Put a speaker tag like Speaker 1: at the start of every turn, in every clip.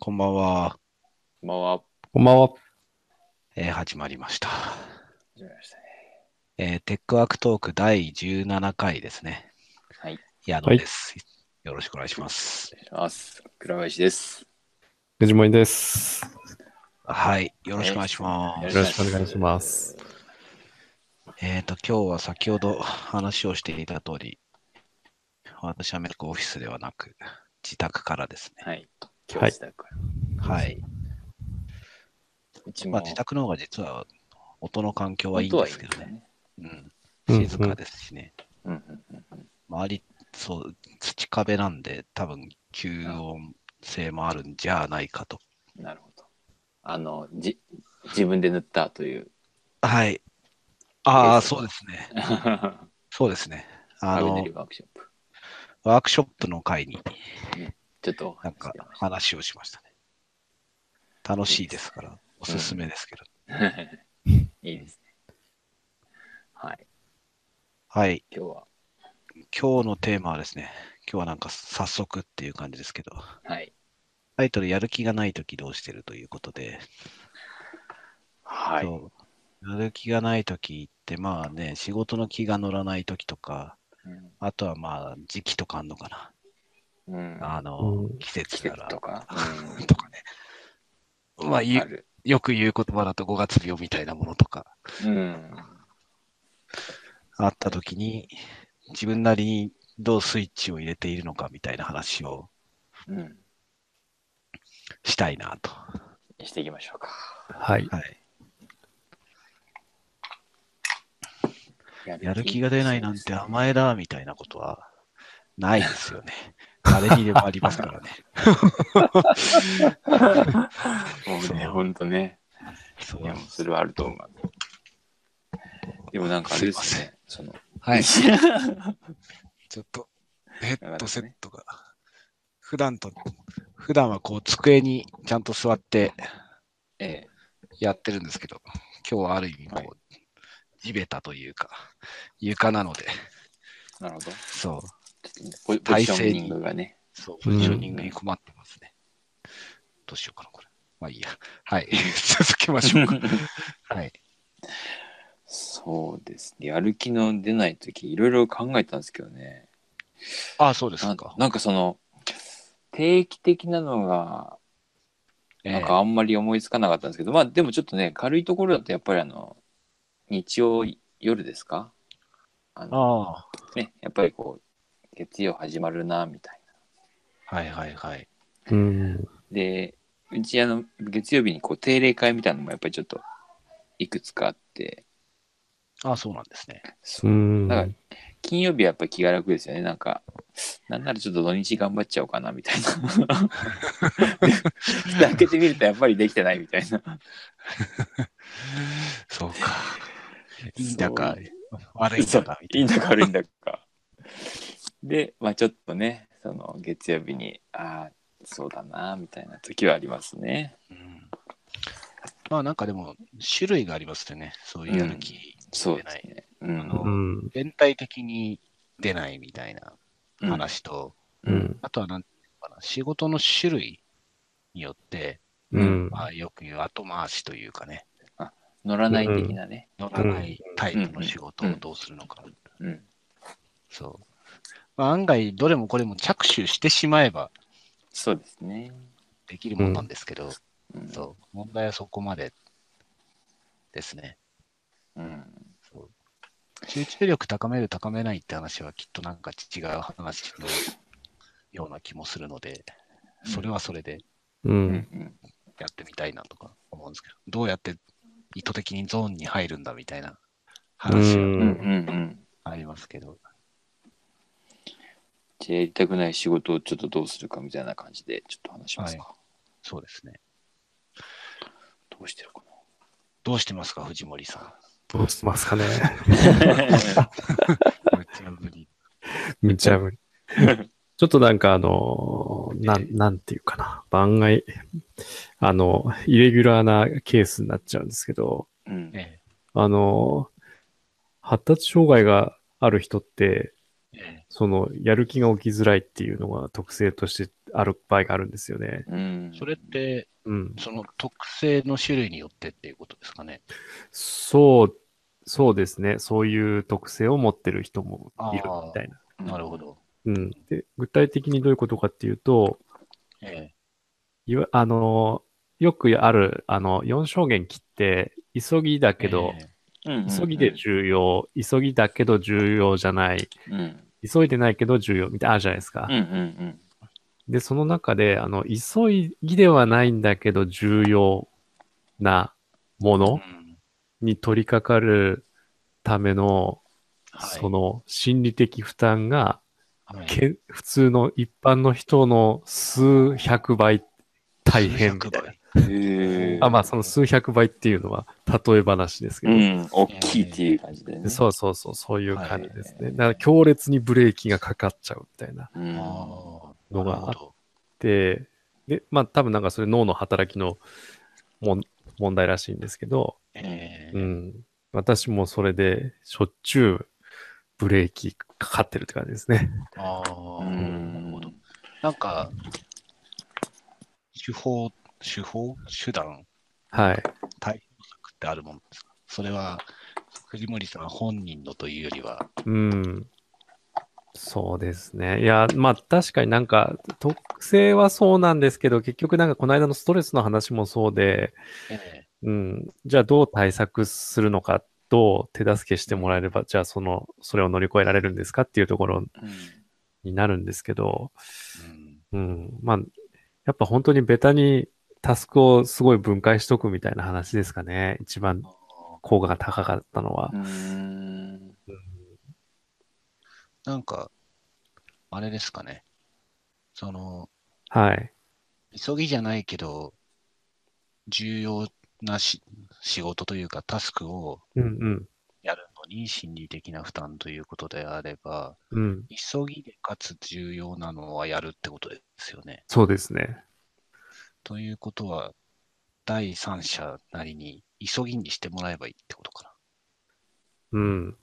Speaker 1: こんばんは、
Speaker 2: こんばんは。
Speaker 3: こんばんは。
Speaker 1: えー始まりました、
Speaker 2: 始まりましたね。
Speaker 1: えーテックワークトーク第17回ですね。
Speaker 2: はい。
Speaker 1: 矢野です、よろしくお願いします。
Speaker 2: 失礼します。倉林です。
Speaker 3: 藤森です。
Speaker 1: はい。よろしくお願いしま
Speaker 2: よ
Speaker 3: よ
Speaker 1: す。
Speaker 3: ろしくお願いします。
Speaker 1: えっ、と、今日は先ほど話をしていた通り、私はメイクオフィスではなく、自宅からですね。
Speaker 2: はい。今日自宅から。
Speaker 1: はい。
Speaker 2: うち
Speaker 1: ま
Speaker 2: も
Speaker 1: あ、自宅の方が実は音の環境はいいん
Speaker 2: 本当
Speaker 1: ですけどね。うん。静かですしね。
Speaker 2: うんうんうんうん。
Speaker 1: 周り、そう、土壁なんで、多分吸音性もあるんじゃないかと。
Speaker 2: なるほど。あの、じ、自分で塗ったという。
Speaker 1: はい。ああ、
Speaker 2: です
Speaker 1: そうですね。そうですね。あ
Speaker 2: ハグネ
Speaker 1: の
Speaker 2: リ、ワークショップ。
Speaker 1: ワークショップの会に
Speaker 2: ちょっとお
Speaker 1: なん
Speaker 2: 話
Speaker 1: か
Speaker 2: してまし
Speaker 1: 話をしましたね。楽しいですから、おすすめですけど。
Speaker 2: た。いいですね。はい。
Speaker 1: はい。
Speaker 2: 今日は、
Speaker 1: 今日のテーマはですね、今日はなんか早速っていう感じですけど、
Speaker 2: はい。
Speaker 1: タイトルやる気がないときどうしてるということで、
Speaker 2: は
Speaker 1: そうやる気がないときって、まあね、仕事の気が乗らないときとか、
Speaker 2: うん
Speaker 1: あとはまあ時期とかあんのかな。
Speaker 2: うん。
Speaker 1: あの、
Speaker 3: うん
Speaker 1: 季節
Speaker 2: 季
Speaker 1: か
Speaker 2: 節
Speaker 1: ら
Speaker 2: とか。う ん
Speaker 1: とかね。まあ
Speaker 2: あ
Speaker 1: ゆ
Speaker 2: る。
Speaker 1: よく言う言葉だと5月病みたいなものとか
Speaker 2: うん。
Speaker 1: あった時に自分なりにどうスイッチを入れているのかみたいな話を
Speaker 2: うん。
Speaker 1: したいなと。
Speaker 2: していきましょうか。
Speaker 3: はい。
Speaker 1: はい、やる気が出ないなんて甘えだみたいなことはないですよね。誰にでもありますからね。
Speaker 2: もうね、
Speaker 1: そう
Speaker 2: ほんとね。
Speaker 1: そう
Speaker 2: いや、もうそれはあると思う。でもなんかあれですね。その、
Speaker 1: はい。ちょっとヘ
Speaker 2: ッドセッ
Speaker 1: トが、普段と、普段はこう机にちゃんと座って
Speaker 2: え
Speaker 1: やってるんですけど、今日はある意味こう、
Speaker 2: はい
Speaker 1: 地べたというか、床なので、
Speaker 2: え、なるほど。
Speaker 1: そう、
Speaker 2: ポジポジショニングがね。
Speaker 1: そう、
Speaker 3: う
Speaker 1: ポ
Speaker 3: ん
Speaker 1: ジショニングに困ってますね。どうしようかな、これ。まあいいや。はい。 続けましょうか。はい。
Speaker 2: そうですね。やる気の出ないとき、いろいろ考えたんですけどね。
Speaker 1: ああ、そうです
Speaker 2: な
Speaker 1: か。
Speaker 2: なんかその、定期的なのが、
Speaker 1: ええ
Speaker 2: なんかあんまり思いつかなかったんですけど、まあでもちょっとね、軽いところだとやっぱりあの、日曜夜ですかあの
Speaker 1: ああ、
Speaker 2: ね、やっぱりこう、月曜始まるな、みたいな。
Speaker 1: はいはいはい。
Speaker 3: うん。。
Speaker 2: で、うちあの、月曜日にこう定例会みたいなのもやっぱりちょっといくつかあって、
Speaker 1: ああ、そうなんですね。
Speaker 2: そううんだから金曜日はやっぱり気が楽ですよね。なんか、なんならちょっと土日頑張っちゃおうかなみたいな。蓋開けてみるとやっぱりできてないみたいな。
Speaker 1: そうか。いいんだか
Speaker 2: そう、
Speaker 1: 悪いんだか、みた
Speaker 2: いい
Speaker 1: い
Speaker 2: ん
Speaker 1: な。
Speaker 2: だか悪いんだか。で、まあちょっとね、その月曜日に、ああ、そうだな、みたいな時はありますね。
Speaker 1: うんまあなんかでも、種類がありますよね。そういうやる気
Speaker 2: そう
Speaker 1: 出
Speaker 2: で
Speaker 1: な
Speaker 2: す
Speaker 1: い。
Speaker 2: ね。うん。
Speaker 1: あ
Speaker 2: うん
Speaker 1: の
Speaker 3: うん。
Speaker 1: 全体的に出ないみたいな話と、
Speaker 3: うん。
Speaker 1: あとはなんていうのかな、仕事の種類によって、
Speaker 3: うん。
Speaker 1: まあ、よく言う後回しというかね、
Speaker 2: 乗らない的なね。
Speaker 1: 乗らないタイプの仕事をどうするのか。
Speaker 2: うん。
Speaker 1: そう。まあ、案外、どれもこれも着手してしまえば
Speaker 2: そうですね。
Speaker 1: できるもんなんですけど、
Speaker 2: うん。
Speaker 1: そう、問題はそこまでですね。
Speaker 2: うん
Speaker 1: そう集中力高める、高めないって話はきっとなんか違う話のような気もするので、それはそれで
Speaker 3: う。
Speaker 2: うんん
Speaker 1: やってみたいなとか思うんですけど、どうやって意図的にゾーンに入るんだみたいな話は
Speaker 2: うんうんうん。
Speaker 1: ありますけど、
Speaker 2: じゃあやりたくない仕事をちょっとどうするかみたいな感じでちょっと話しますか。
Speaker 1: そうですね。
Speaker 2: どうしてるかな。
Speaker 1: どうしてますか、藤森さん。
Speaker 3: どうしてますかね。
Speaker 1: めっちゃ無理
Speaker 3: むちゃぶり。ちょっとなんかあの、なん、なんていうかな。番外、あの、イレギュラーなケースになっちゃうんですけど、
Speaker 2: うん。
Speaker 1: え
Speaker 3: あの、発達障害がある人って、
Speaker 1: えええ
Speaker 3: その、やる気が起きづらいっていうのが特性としてある場合があるんですよね。
Speaker 2: うん。
Speaker 1: それって、
Speaker 3: うん。
Speaker 1: その特性の種類によってっていうことですかね。
Speaker 3: そう、そうですね。そういう特性を持ってる人もいるみたいな。
Speaker 2: うん
Speaker 1: なるほ。ど。
Speaker 3: うん。で、具体的にどういうことかっていうと、
Speaker 1: え
Speaker 3: いわあの、よくある、あの、4証言切って、急ぎだ
Speaker 1: え
Speaker 3: けど、
Speaker 1: ええ
Speaker 2: うん
Speaker 3: 急ぎで。重要、急ぎだけど重要じゃない、
Speaker 2: うん。うん
Speaker 3: 急いでないけど重要みたいな、あるじゃないですか。
Speaker 2: うんうん
Speaker 3: で、その中で、あの、急ぎではないんだけど重要なも
Speaker 1: う
Speaker 3: の
Speaker 1: ん
Speaker 3: に取り掛かるため
Speaker 1: はい
Speaker 3: の、その心理的負担が、
Speaker 1: はい
Speaker 3: け普通の一般の人の数百倍大変み
Speaker 1: 数
Speaker 3: たい
Speaker 1: 百
Speaker 3: な。
Speaker 1: 倍
Speaker 2: うん。へえ。
Speaker 3: あまあ、その数百倍っていうのは例え話ですけ
Speaker 2: う
Speaker 3: ど、
Speaker 2: ん。大きいっていう感じでね。
Speaker 3: そうそうそう、そういう感じですね。
Speaker 2: はい
Speaker 3: だから強烈にブレーキがかかっちゃうみたいな
Speaker 2: うん。
Speaker 1: ああ
Speaker 3: の
Speaker 1: なる
Speaker 3: があ
Speaker 1: ほ
Speaker 3: っ
Speaker 1: ど。
Speaker 3: て、で、まあ多分なんかそれ脳の働きのもん問題らしいんですけど、
Speaker 1: え
Speaker 3: う
Speaker 1: え
Speaker 3: ん。私もそれでしょっちゅうブレーキかかってるって感じですね。
Speaker 1: ああ、
Speaker 2: うん
Speaker 1: なるほど。なんか、手法、手法、手段、
Speaker 3: はい。
Speaker 1: 対応策ってあるものですかそれは、藤森さん本人のというよりは、
Speaker 3: うん。そうですね。いや、まあ確かになんか特性はそうなんですけど、結局なんかこの間のストレスの話もそうで、
Speaker 1: え
Speaker 3: うん、じゃあどう対策するのか、どう手助けしてもらえれば、じゃあその、それを乗り越えられるんですかっていうところ
Speaker 2: うん
Speaker 3: になるんですけど、
Speaker 1: えうん
Speaker 3: うん、まあ、やっぱ本当にベタにタスクをすごい分解しとくみたいな話ですかね。一番
Speaker 1: ああ
Speaker 3: 効果が高かったのは。
Speaker 2: うん。
Speaker 1: なんか、あれですかね。その、
Speaker 3: はい。
Speaker 1: 急ぎじゃないけど、重要なし仕事というか、タスクを
Speaker 3: うん
Speaker 1: やるのに心理的な負担ということであれば、
Speaker 3: うん。うん。
Speaker 1: 急ぎでかつ重要なのはやるってことですよね。
Speaker 3: そうですね。
Speaker 1: ということは、第三者なりに急ぎにしてもらえばいいってことか
Speaker 3: うん。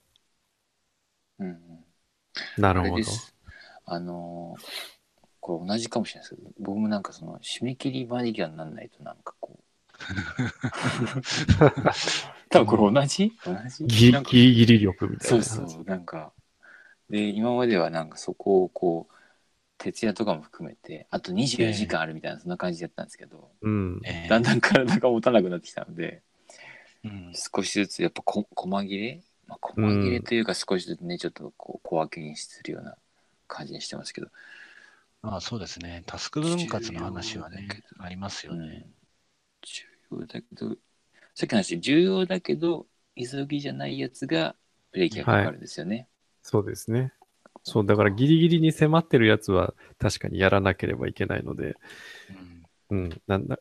Speaker 2: うん。
Speaker 3: な
Speaker 2: あ
Speaker 3: る
Speaker 2: れ
Speaker 3: ほ
Speaker 2: で
Speaker 3: ど。
Speaker 2: す。あのーこれ同じかもしれないですけど、僕もなんかその締め切り間際にならないとなんかこ う。多分これ同じ同じ
Speaker 3: ギ
Speaker 2: な
Speaker 3: リ
Speaker 2: んか
Speaker 3: ギリギリ力みたい
Speaker 2: そ
Speaker 3: な
Speaker 2: う
Speaker 3: 話。
Speaker 2: そう、なんか。で、今まではなんかそこをこう、徹夜とかも含めて、あと24時間あるみたいな、そんな感じだったんですけど、
Speaker 3: うん。
Speaker 1: な。え
Speaker 2: だんだん体が持たなくなってきたので、
Speaker 1: うん
Speaker 2: 少しずつやっぱこ細切れ、まあ、細切れというか少しずつね、ちょっとこう小分けにするような感じにしてますけど、
Speaker 1: まあそうですね。タスク分割の話はね
Speaker 2: 重要だけ、
Speaker 1: ありますよね。
Speaker 2: 重要だけどさっきの話重要だけど急ぎじゃないやつがブレーキがかかるんですよね、
Speaker 3: そうですね。そう、だからギリギリに迫ってるやつは確かにやらなければいけないので、
Speaker 1: うん
Speaker 3: うん、なんだ、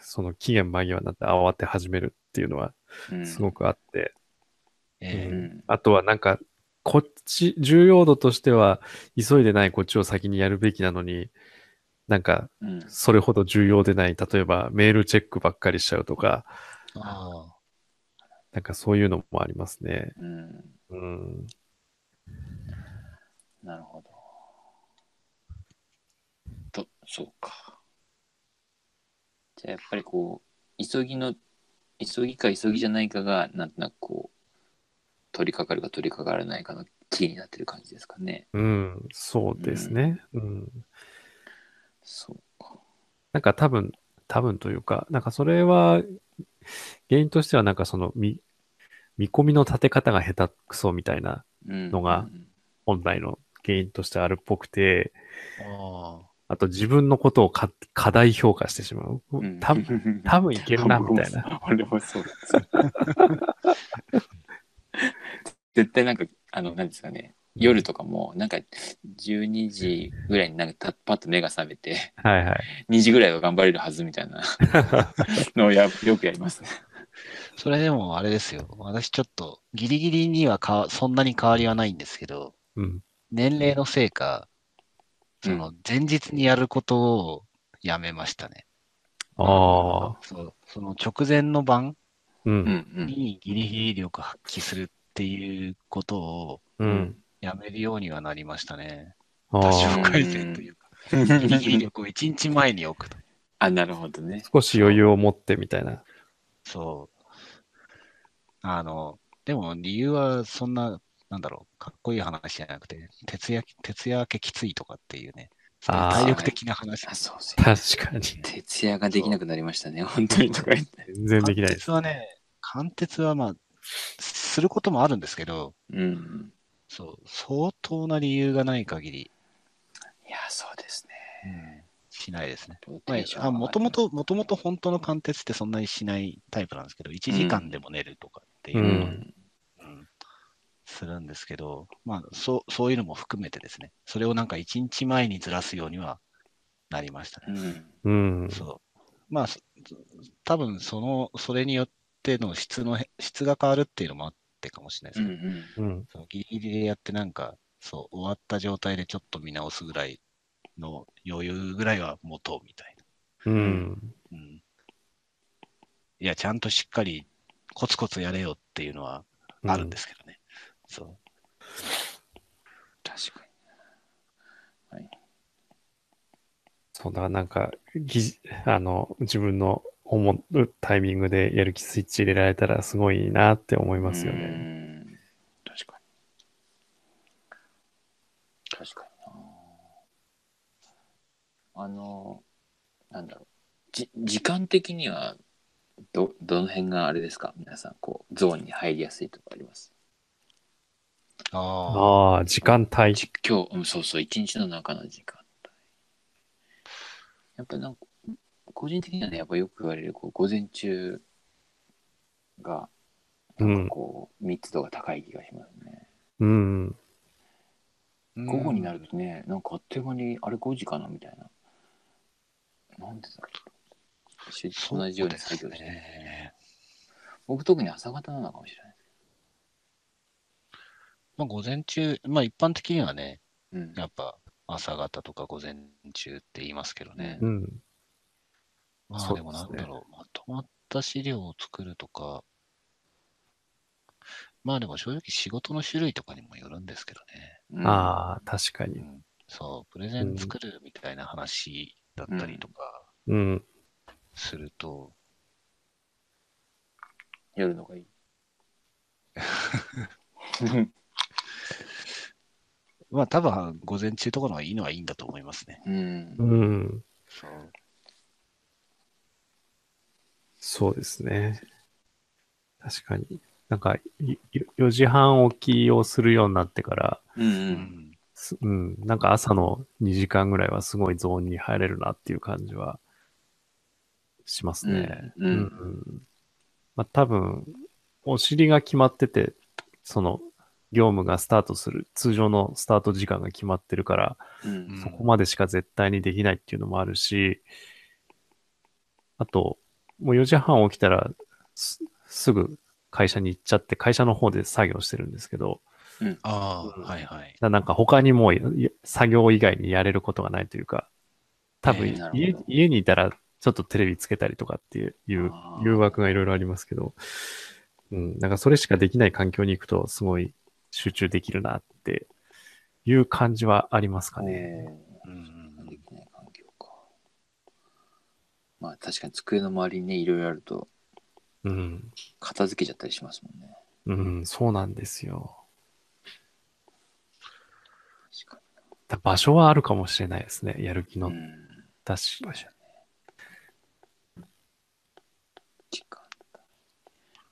Speaker 3: その期限間際になって慌て始めるっていうのは
Speaker 2: うん
Speaker 3: すごくあって、
Speaker 1: え
Speaker 3: う
Speaker 1: え
Speaker 3: んあとはなんか、こっち、重要度としては、急いでないこっちを先にやるべきなのに、なんか、
Speaker 2: うん
Speaker 3: それほど重要でない、例えばメールチェックばっかりしちゃうとか、
Speaker 1: あ
Speaker 3: なんかそういうのもありますね。
Speaker 2: うん
Speaker 3: うん。
Speaker 2: なるほどとそうかじゃあやっぱりこう急ぎの急ぎか急ぎじゃないかがなんとなくこう取り掛かるか取り掛からないかのキーになってる感じですかね
Speaker 3: うん、そうですね。うん。
Speaker 2: そうか
Speaker 3: なんか多分、多分というか、なんかそれは、原因としてはなんかその見、見込みの立て方が下手くそみたいな、
Speaker 2: うん
Speaker 3: のが
Speaker 2: うん
Speaker 3: 本来の原因としてあるっぽくて、
Speaker 1: あああ
Speaker 3: あと自分のことをか過大評価してしまう。
Speaker 2: うん
Speaker 3: 多分、 多分いけるな、みたいな。
Speaker 2: な。俺もそう 絶対なんか、あの、なんですかね、夜とかも、なんか、12時ぐらいになんかた、パッと目が覚めて、
Speaker 3: はいはい。
Speaker 2: 2時ぐらいは頑張れるはずみた いなのをやよくやりますね。
Speaker 1: それでもあれですよ。私ちょっとギリギリにはかそんなに変わりはないんですけど、
Speaker 3: うん。
Speaker 1: 年齢のせいか、その前日にやることをやめましたね。
Speaker 3: ああ。
Speaker 1: そうその直前の晩
Speaker 3: う
Speaker 2: うん
Speaker 3: ん。
Speaker 2: うん。
Speaker 1: にギリギリ力発揮するっていうことを
Speaker 3: う。
Speaker 2: うん
Speaker 1: やめるようにはなりましたね。
Speaker 3: あ
Speaker 1: 多
Speaker 3: あ
Speaker 1: 少改善というか。入力を1日前に置くと。
Speaker 2: あ、なるほどね。
Speaker 3: 少し余裕を持ってみたいな。
Speaker 1: そう。あの、でも理由はそんな、なんだろう、かっこいい話じゃなくて、徹夜、徹夜明けきついとかっていうね、そういう
Speaker 3: あー
Speaker 1: 体力的な話。
Speaker 2: あ、そうそう。
Speaker 3: 確かに。
Speaker 2: 徹夜ができなくなりましたね、本当にとか言って。
Speaker 3: 全然できない
Speaker 1: 貫
Speaker 3: です。
Speaker 1: 徹はね、貫徹はまあ、することもあるんですけど、
Speaker 2: うん。
Speaker 1: そう、相当な理由がない限り、
Speaker 2: いや、そうですね。
Speaker 1: しないですね。
Speaker 2: ロー
Speaker 1: ま
Speaker 2: テーション
Speaker 1: あ、もともと、もともと本当の貫徹ってそんなにしないタイプなんですけど、1時間でも寝るとかっていう、
Speaker 2: 上
Speaker 3: う
Speaker 2: がる、
Speaker 3: ん
Speaker 2: う
Speaker 1: う
Speaker 2: ん。
Speaker 1: んするんですけど、まあ、そう、そういうのも含めてですね、それをなんか1日前にずらすようにはなりました
Speaker 2: う
Speaker 1: ね。
Speaker 2: ん。
Speaker 3: うん。
Speaker 1: そう。まあ、そ多分その、それによっての質の、質が変わるっていうのもあってかもしれないで
Speaker 2: う
Speaker 1: す
Speaker 2: ん
Speaker 1: ね。
Speaker 2: うん。
Speaker 3: うん。
Speaker 1: そうギリギリでやってなんか、そう、終わった状態でちょっと見直すぐらいの余裕ぐらいは持とうみたい
Speaker 3: うん。
Speaker 1: な。うん。いや、ちゃんとしっかりコツコツやれよっていうのはあるんですけどね。そう。
Speaker 2: 確か
Speaker 3: そうだ、なんか、ぎあの、自分の思うタイミングでやる気スイッチ入れられたらすごいなって思い
Speaker 2: に。
Speaker 3: ますよ
Speaker 2: う
Speaker 3: ね。
Speaker 2: ん。確かに。確かにな。あの、なんだろう。じ時間的には、ど、どの辺があれですか皆さん、こう、ゾーンに入りやすいとかあります。
Speaker 1: ああ。
Speaker 3: ああ、時間帯。
Speaker 2: じ今日、うん、そうそう、一日の中の時間帯。やっぱなんか、個人的にはね、やっぱよく言われる、こう、午前中が、なんかこう、密度が高い気がしますね。
Speaker 3: うん。
Speaker 1: 午
Speaker 2: 午後になるとね、なんかあっという間に、あれ5時かなみたいな。なんでだろう。し
Speaker 1: そう
Speaker 2: 同
Speaker 1: で
Speaker 2: じように
Speaker 1: す
Speaker 2: 作業してる、
Speaker 1: ね。
Speaker 2: 僕特に朝方なのかもしれない。
Speaker 1: まあ、午前中、まあ、一般的にはね、
Speaker 2: うん。
Speaker 1: やっぱ朝方とか午前中って言いますけどね。
Speaker 3: うん。
Speaker 1: ま
Speaker 3: そ
Speaker 1: あ、
Speaker 3: うで
Speaker 1: ですも
Speaker 3: ね
Speaker 1: なんだろう、まとまった資料を作るとか、まあでも正直仕事の種類とかにもよるんですけど
Speaker 2: うん
Speaker 3: ああ、確かに
Speaker 1: ね。う。ん、そう、プレゼン作るみたいな話だったりとか
Speaker 3: うん。
Speaker 1: すると、
Speaker 2: やるのがいい。
Speaker 1: まあ多分午前中とかの方がいいのはいいんだと思いますね。
Speaker 2: うん
Speaker 3: う。ん。
Speaker 1: そう
Speaker 3: そうですね。確かに。なんか、4時半起きをするようになってから、
Speaker 2: うん。う
Speaker 1: うんん、
Speaker 3: すうん。なんか朝の2時間ぐらいはすごいゾーンに入れるなっていう感じはしますね。
Speaker 2: うんうん
Speaker 3: まあ多分、お尻が決まってて、その、業務がスタートする、通常のスタート時間が決まってるから、
Speaker 2: うん
Speaker 1: うん
Speaker 3: そこまでしか絶対にできないっていうのもあるし、あと、もう4時半起きたらす、すぐ会社に行っちゃって、会社の方で作業してるんですけど、
Speaker 1: ああ、
Speaker 3: うん
Speaker 1: はいはい。
Speaker 3: だなんか他にもうい作業以外にやれることがないというか、多分
Speaker 1: ええ
Speaker 2: なるほど
Speaker 3: 家,、家にいたらちょっとテレビつけたりとかっていういう
Speaker 2: あー
Speaker 3: 誘惑がいろいろありますけど、うん、なんかそれしかできない環境に行くとすごい集中できるなっていう感じはありますかね。
Speaker 1: うんうんうん
Speaker 2: できない環境か。まあ確かに机の周りにね、いろいろあると
Speaker 3: うん、
Speaker 2: 片付けちゃったりしますもんね。
Speaker 3: うん、そうなんですよ。
Speaker 2: 確か
Speaker 3: だ場所はあるかもしれないですね。やる気
Speaker 2: に。う
Speaker 3: の
Speaker 2: ん。
Speaker 3: 出し。
Speaker 2: 時間。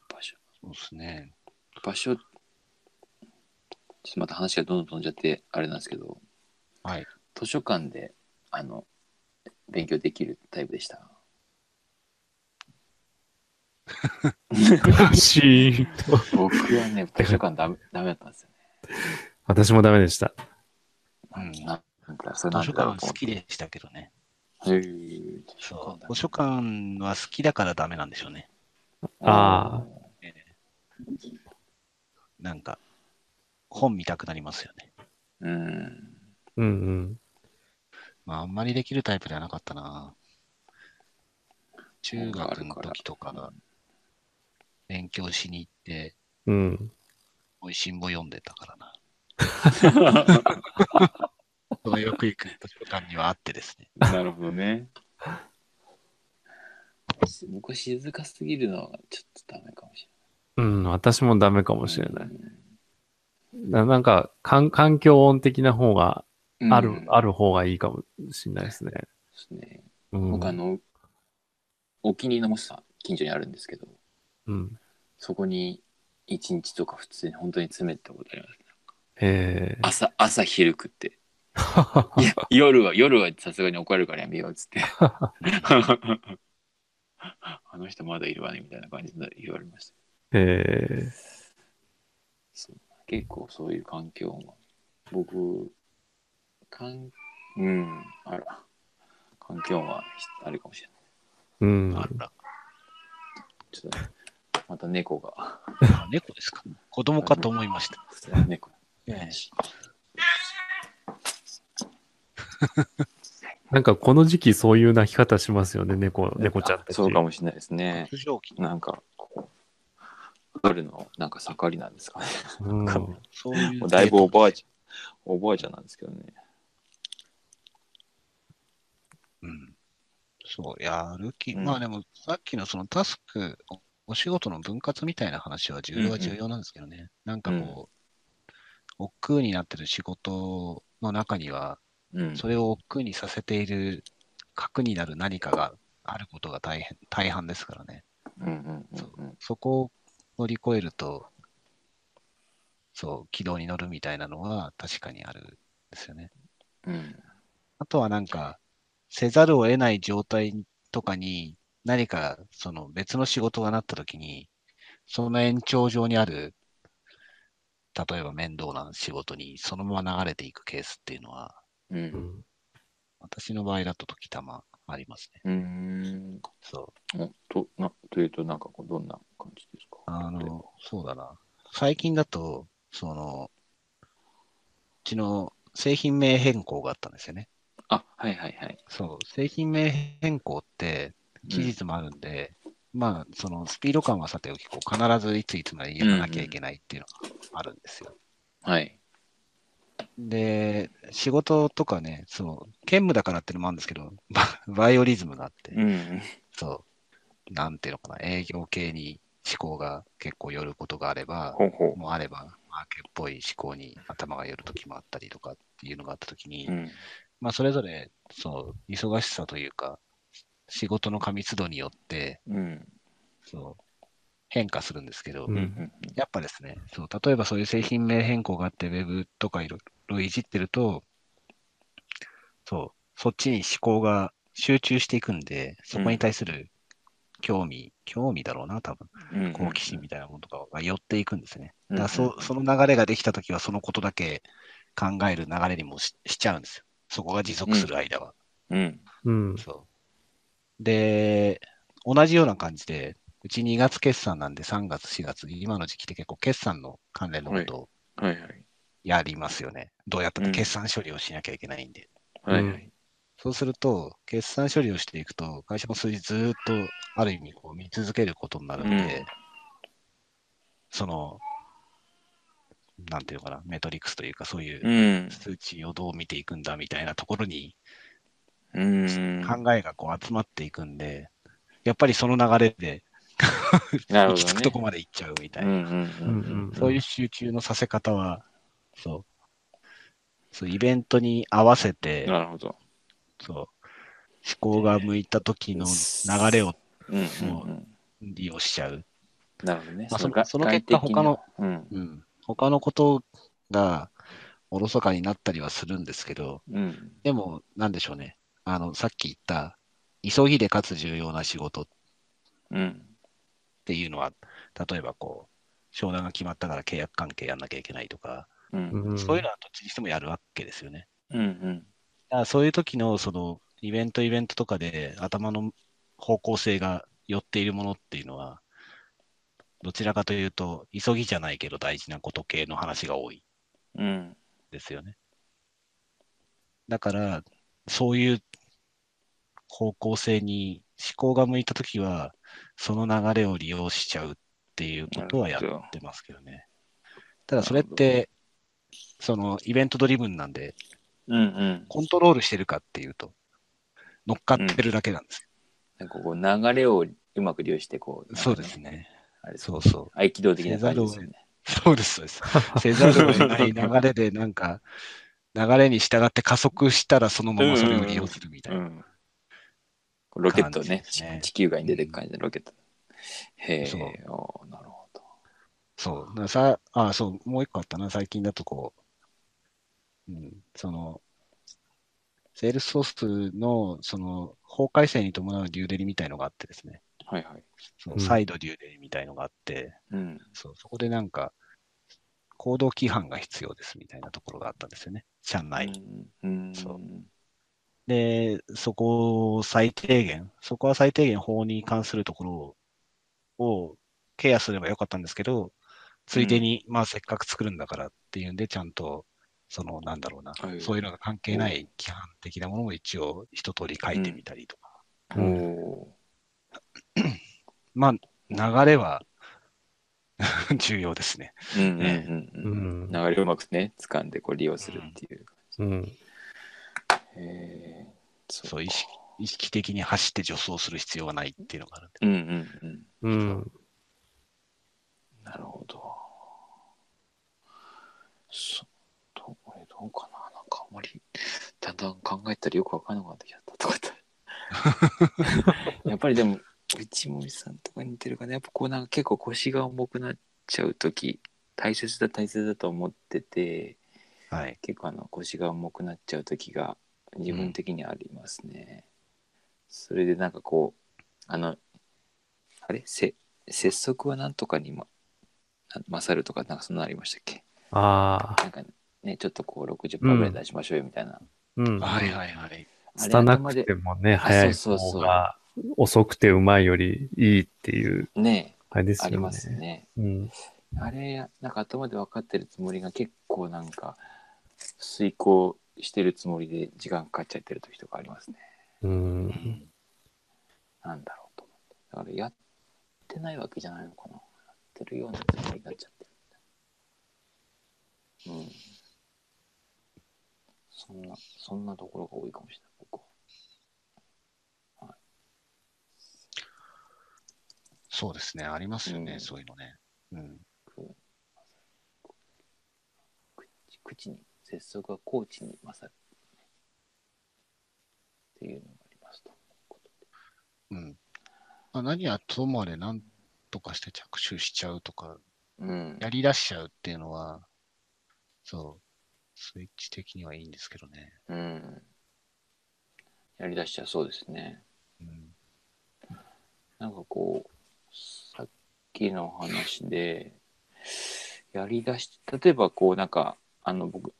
Speaker 2: 場所。
Speaker 1: そうですね。
Speaker 2: 場所。ちょっとまた話がどんどん飛んじゃって、あれなんですけど、
Speaker 1: はい。
Speaker 2: 図書館で、あの、勉強できるタイプでした。
Speaker 3: シーンと
Speaker 2: 僕は ね、図書館ダメダメだったんですよね。
Speaker 3: 私もダメでした。
Speaker 1: うん
Speaker 2: なんか、それ
Speaker 1: 図
Speaker 2: なん
Speaker 1: 書
Speaker 2: でだろう
Speaker 1: 館好
Speaker 2: と思っ
Speaker 1: き
Speaker 2: て。
Speaker 1: でしたけどね。
Speaker 2: へー図書
Speaker 1: そ
Speaker 2: 館ダ
Speaker 1: う。
Speaker 2: メ
Speaker 1: 図書館は好きだからダメなんでしょうね。
Speaker 3: ああ。
Speaker 1: なんか、本見たくなりますよね。
Speaker 2: うん。
Speaker 3: うんうん。
Speaker 1: まあ、あんまりできるタイプではなかったな。中学の時とかが勉強しに行って、
Speaker 3: うん。
Speaker 1: 美味しんぼ読んでたからな。そのよく行く図書館にはあってですね。
Speaker 2: なるほどね。僕は静かすぎるのはちょっとダメかもし
Speaker 3: うん、私もダメか
Speaker 2: れない。
Speaker 3: もしれない。ななんかかん、環境音的な方が、
Speaker 2: うん。
Speaker 3: ある、あ
Speaker 2: る。
Speaker 3: る方がいいかもしれないですね。
Speaker 2: ですね。
Speaker 3: うん。
Speaker 2: 僕あの、お気に入りのもしさ、近所にあるんですけど、
Speaker 3: うん。
Speaker 2: そこに一日とか普通に本当に詰めたことあります。
Speaker 3: へえ。
Speaker 2: 朝、朝昼食 って。いや、夜は、夜はさすがに怒られるからやめようっつ って。あの人まだいるわねみたいな感じで言われました。
Speaker 3: へえ。
Speaker 2: そう結構そういう環境も。僕、かん、うん、あら、環境はひあれかもしれない。
Speaker 3: うん。
Speaker 1: あら、
Speaker 2: ちょっと、また猫が、
Speaker 1: あ猫ですか。子供かと思いました。
Speaker 2: 猫。
Speaker 1: ええ
Speaker 3: なんかこの時期そういう鳴き方しますよね、猫、猫ちゃんたち。
Speaker 2: そうかもしれないですね。
Speaker 1: 発情期
Speaker 2: なんか、こう、春の、なんか盛りなんですかね。
Speaker 3: うん。
Speaker 1: そういう
Speaker 2: もうだいぶおばあちゃん、おばあちゃんなんですけどね。
Speaker 1: うんそう、やる気、
Speaker 2: うん
Speaker 1: まあでも、さっきのそのタスク、おお仕事の分割みたいな話は重要は重要なんですけどね。なんかこう、億劫になってる仕事の中には、
Speaker 2: うん。
Speaker 1: それを億劫にさせている核になる何かがあることが大変、大半ですからね。
Speaker 2: うんうんうんうん。
Speaker 1: そこを乗り越えると、そう、軌道に乗るみたいなのは確かにあるんですよね。
Speaker 2: うん
Speaker 1: あとはなんか、せざるを得ない状態とかに、何かその別の仕事がなった時に、その延長上にある、例えば面倒な仕事にそのまま流れていくケースっていうのは、
Speaker 2: う
Speaker 3: うんん
Speaker 1: 私の場合だと時たまありますね。
Speaker 2: うん。
Speaker 1: そ
Speaker 2: おと、な、というと、なんかこう、どんな感じですか
Speaker 1: う。あ、の、そうだな。最近だと、その、うちの製品名変更があったんですよね。
Speaker 2: あ、はいはいはい。
Speaker 1: そう、製品名変更って、期日もあるんで、まあ、そのスピード感はさておき、こう必ずいついつまでやらなきゃいけないっていうのがあるんですよ。
Speaker 2: はい。
Speaker 1: で、仕事とかね、そう、兼務だからっていうのもあるんですけど、ババイオリズムがあって、
Speaker 2: ん。
Speaker 1: そう、なんていうのかな、営業系に思考が結構寄ることがあれば、
Speaker 2: ほうほ
Speaker 1: もうあれば、マーケっぽい思考に頭が寄るときもあったりとかっていうのがあったときに、
Speaker 2: う。うん。
Speaker 1: まあ、それぞれ、そう、忙しさというか、仕事の過密度によって、
Speaker 2: うん。
Speaker 1: そう、変化するんですけど、
Speaker 3: うん
Speaker 2: うん。
Speaker 1: やっぱですね、そう、例えばそういう製品名変更があって、ウェブとかいろいろいじってると、そう、そっちに思考が集中していくんで、そこに対する興味、興味だろうな、多分、
Speaker 2: うん
Speaker 1: 好奇心みたいなものとかが寄っていくんですね。だから
Speaker 2: うん
Speaker 1: そその流れができたときは、そのことだけ考える流れにもししちゃうんですよ。そこが持続する間は。
Speaker 2: うん。
Speaker 3: うん。
Speaker 1: そう。で、同じような感じで、うち2月決算なんで3月、4月、今の時期って結構決算の関連のことを
Speaker 2: はいはい。
Speaker 1: やりますよね。どうやった
Speaker 2: う
Speaker 1: ら
Speaker 2: ん
Speaker 1: 決算処理をしなきゃいけないんで。
Speaker 2: はいは
Speaker 3: う
Speaker 2: い。
Speaker 1: そうすると、決算処理をしていくと、会社の数字ずーっとある意味こう見続けることになるので、
Speaker 2: うん。
Speaker 1: その、なんていうのかな、メトリックスというか、そういううん数値をどう見ていくんだみたいなところに
Speaker 2: うん。
Speaker 1: 考えがこう集まっていくんで、やっぱりその流れで
Speaker 2: なる
Speaker 1: 行
Speaker 2: ほどね
Speaker 1: き着くとこまで行っちゃうみたい
Speaker 2: うん
Speaker 1: な、
Speaker 2: うん
Speaker 3: う
Speaker 2: うん
Speaker 3: うん
Speaker 2: ん。
Speaker 1: そういう集中のさせ方は、そう、そうイベントに合わせて、
Speaker 2: なるほど。
Speaker 1: そう、思考が向いた時の流れを
Speaker 2: うんうんうん。
Speaker 1: 利用しちゃう。
Speaker 2: なるほどね。
Speaker 1: まあその
Speaker 2: が
Speaker 1: その結果
Speaker 2: 外的な
Speaker 1: 他の。
Speaker 2: うん。
Speaker 1: うん。他のことがおろそかになったりはするんですけど、
Speaker 2: うん。
Speaker 1: でも、なんでしょうね。あの、さっき言った、急ぎでかつ重要な仕事
Speaker 2: うん。
Speaker 1: っていうのは、例えばこう、商談が決まったから契約関係やんなきゃいけないとか、
Speaker 2: うん。うん
Speaker 3: うん
Speaker 1: そういうのはどっちにしてもやるわけですよね。
Speaker 2: うん。
Speaker 1: だからそういう時の、その、イベントイベントとかで頭の方向性が寄っているものっていうのは、どちらかというと、急ぎじゃないけど大事なこと系の話が多い
Speaker 2: うん。
Speaker 1: ですよね。だから、そういう方向性に思考が向いたときは、その流れを利用しちゃうっていうことはやってますけどね。ただそれって、そのイベントドリブンなんで、
Speaker 2: うんうん。
Speaker 1: コントロールしてるかっていうと、乗っかってるだけなんです。
Speaker 2: なんかこう流れをうまく利用してこう。
Speaker 1: そうです
Speaker 2: ね。
Speaker 1: ね。
Speaker 2: あれそう。
Speaker 1: そうそう。
Speaker 2: 合気道的な感じですよね。
Speaker 1: そうです、そうです。せざるを得ない流れで、なんか、流れに従って加速したら、そのままそれを利用するみたいうな。
Speaker 2: ん。ロケット
Speaker 1: 感
Speaker 2: ね
Speaker 1: じですね
Speaker 2: ち地球外に出てく感じのロケット。へえ
Speaker 1: そう、
Speaker 2: おーなるほど。
Speaker 1: そう。なさ、あ、そう、もう一個あったな、最近だとこう、うん、その、セールスフォースの、その、法改正に伴うデューデリみたいのがあってですね、
Speaker 2: はいはい。
Speaker 1: そう
Speaker 3: うん
Speaker 1: 再度デューデリみたいのがあって、
Speaker 2: うん。
Speaker 1: そう、そこでなんか、行動規範が必要ですみたいなところがあったんですよね、社内に。
Speaker 2: うん。
Speaker 1: そ
Speaker 2: そう。
Speaker 1: うんで、そこを最低限、そこは最低限法に関するところをケアすればよかったんですけど、ついでに、まあせっかく作るんだからっていうんで、ちゃんと、その、なんだろうな、
Speaker 2: はい
Speaker 1: そういうのが関係ない規範的なものも一応一通り書いてみたりとか。
Speaker 2: おお
Speaker 1: まあ、流れは 重要ですね。
Speaker 2: ー。うんうんうんうん。
Speaker 3: うん
Speaker 2: 流れをうまくね、掴んでこう利用するっていう。
Speaker 3: うん。
Speaker 2: へえ。
Speaker 1: そう意識、意識的に走って助走する必要はないっていうのがあるんで。
Speaker 2: うんうんうん。
Speaker 3: うん。
Speaker 2: なるほど。そどこれどうかななんかあんまりだんだん考えたらよくわからなくなってきちゃったとか言ってやっぱりでも内森さんとかに似てるかねやっぱこうなんか結構腰が重くなっちゃう時大切だ大切だと思ってて
Speaker 1: はい。
Speaker 2: 結構あの腰が重くなっちゃう時が自分的にありますね。それでなんかこうあのあれせ節足はなんとかにまな勝るとかなんかそんなのありましたっけ
Speaker 3: ああ。
Speaker 2: なんかねちょっとこう60%ぐらい出しましょうよみたいな。
Speaker 3: うん。
Speaker 1: はいはいはい。
Speaker 2: あれ
Speaker 3: 拙
Speaker 2: 頭
Speaker 3: く
Speaker 2: で
Speaker 3: てもね、早い
Speaker 2: そうそうそ
Speaker 3: 方
Speaker 2: う
Speaker 3: が遅くてうまいよりいいっていう、
Speaker 2: ね
Speaker 3: あれです
Speaker 2: あ
Speaker 3: よね。
Speaker 2: りますね。
Speaker 3: うん。
Speaker 2: あれなんか頭で分かってるつもりが結構なんか遂行してるつもりで時間かかっちゃってる時とかありますね。
Speaker 3: うん。
Speaker 2: なんだろうと思って。だからやってないわけじゃないのかな。やってるようなつもりになっちゃってる。うん。そんな、そんなところが多いかもしれない、僕は。
Speaker 1: そうですね。ありますよね、
Speaker 2: うん
Speaker 1: そういうのね。うん。
Speaker 2: 口口に、節足は高知に勝る。っていうのがありますと。
Speaker 1: うん。まあ、何はともあれ、なんとかして着手しちゃうとか、
Speaker 2: うん。
Speaker 1: やり出しちゃうっていうのは、そう、スイッチ的にはいいんですけどね。
Speaker 2: うん。やりだしちゃそうですね。
Speaker 1: うん。
Speaker 2: なんかこう、さっきの話で、やりだし、例えばこう、なんか、あの、僕、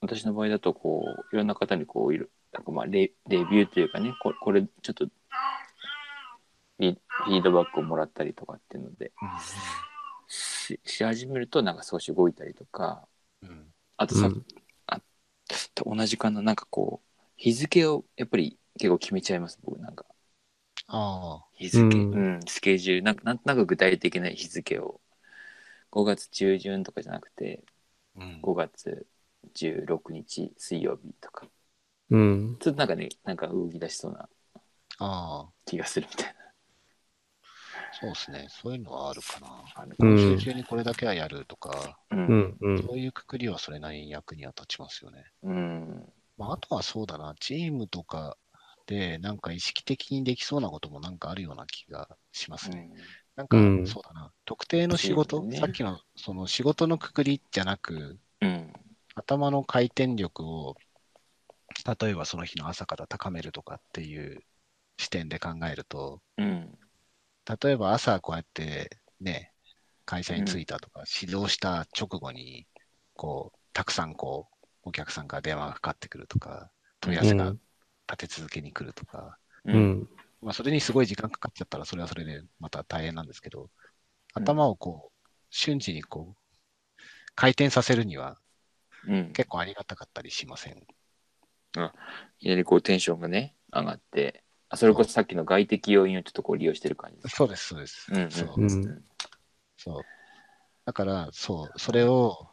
Speaker 2: 私の場合だと、こう、いろんな方にこう、いる、なんかまあレ、レビューというかね、ここれ、ちょっと、リフィードバックをもらったりとかっていうので、しし始めると、なんか少し動いたりとか、
Speaker 1: うん。
Speaker 2: あとさ、
Speaker 3: うん
Speaker 2: と同じかな、なんかこう、日付をやっぱり結構決めちゃいます、僕なんか。
Speaker 1: ああ、
Speaker 2: 日付、う
Speaker 3: うん
Speaker 2: んスケジュールなんかなんとなく具体的な日付を5月中旬とかじゃなくて
Speaker 1: うん。
Speaker 2: 5月16日水曜日とか
Speaker 3: うん。
Speaker 2: ちょっとなんかねなんか動き出しそうな
Speaker 1: あ
Speaker 2: 気がするみたい
Speaker 1: あ、そうですね。そういうのはあるかな。
Speaker 2: なあるか
Speaker 3: う
Speaker 2: もし
Speaker 1: 週
Speaker 3: ん
Speaker 1: 中にこれだけはやるとか、
Speaker 2: れないう
Speaker 3: うんん。うん
Speaker 1: そういうくくりはそれなりに役には立ちますよね。
Speaker 2: うん
Speaker 1: まあ、あとはそうだな、チームとかで、なんか意識的にできそうなこともなんかあるような気がしますね。なんか、
Speaker 3: うん
Speaker 1: そうだな、特定の仕事、
Speaker 2: そうですね
Speaker 1: さっきのその仕事のくくりじゃなく、
Speaker 2: うん
Speaker 1: 頭の回転力を、例えばその日の朝から高めるとかっていう視点で考えると、
Speaker 2: うん
Speaker 1: 例えば朝こうやってね、会社に着いたとか、指導した直後に、こう、たくさんこう、お客さんから電話がかかってくるとか、問い合わせが立て続けに来るとか、
Speaker 2: う
Speaker 3: うんん。
Speaker 1: まあ、それにすごい時間かかっちゃったら、それはそれでまた大変なんですけど、頭をこう、瞬時にこう、回転させるには
Speaker 2: うん
Speaker 1: 結構ありがたかったりしません。
Speaker 2: いきなりこうテンションがね上がってあそれこそさっきの外的要因をちょっとこう利用してる感じです
Speaker 1: そうです、そうです。
Speaker 2: うんうん
Speaker 1: そう
Speaker 3: うん
Speaker 1: そう。だから、そう、それを、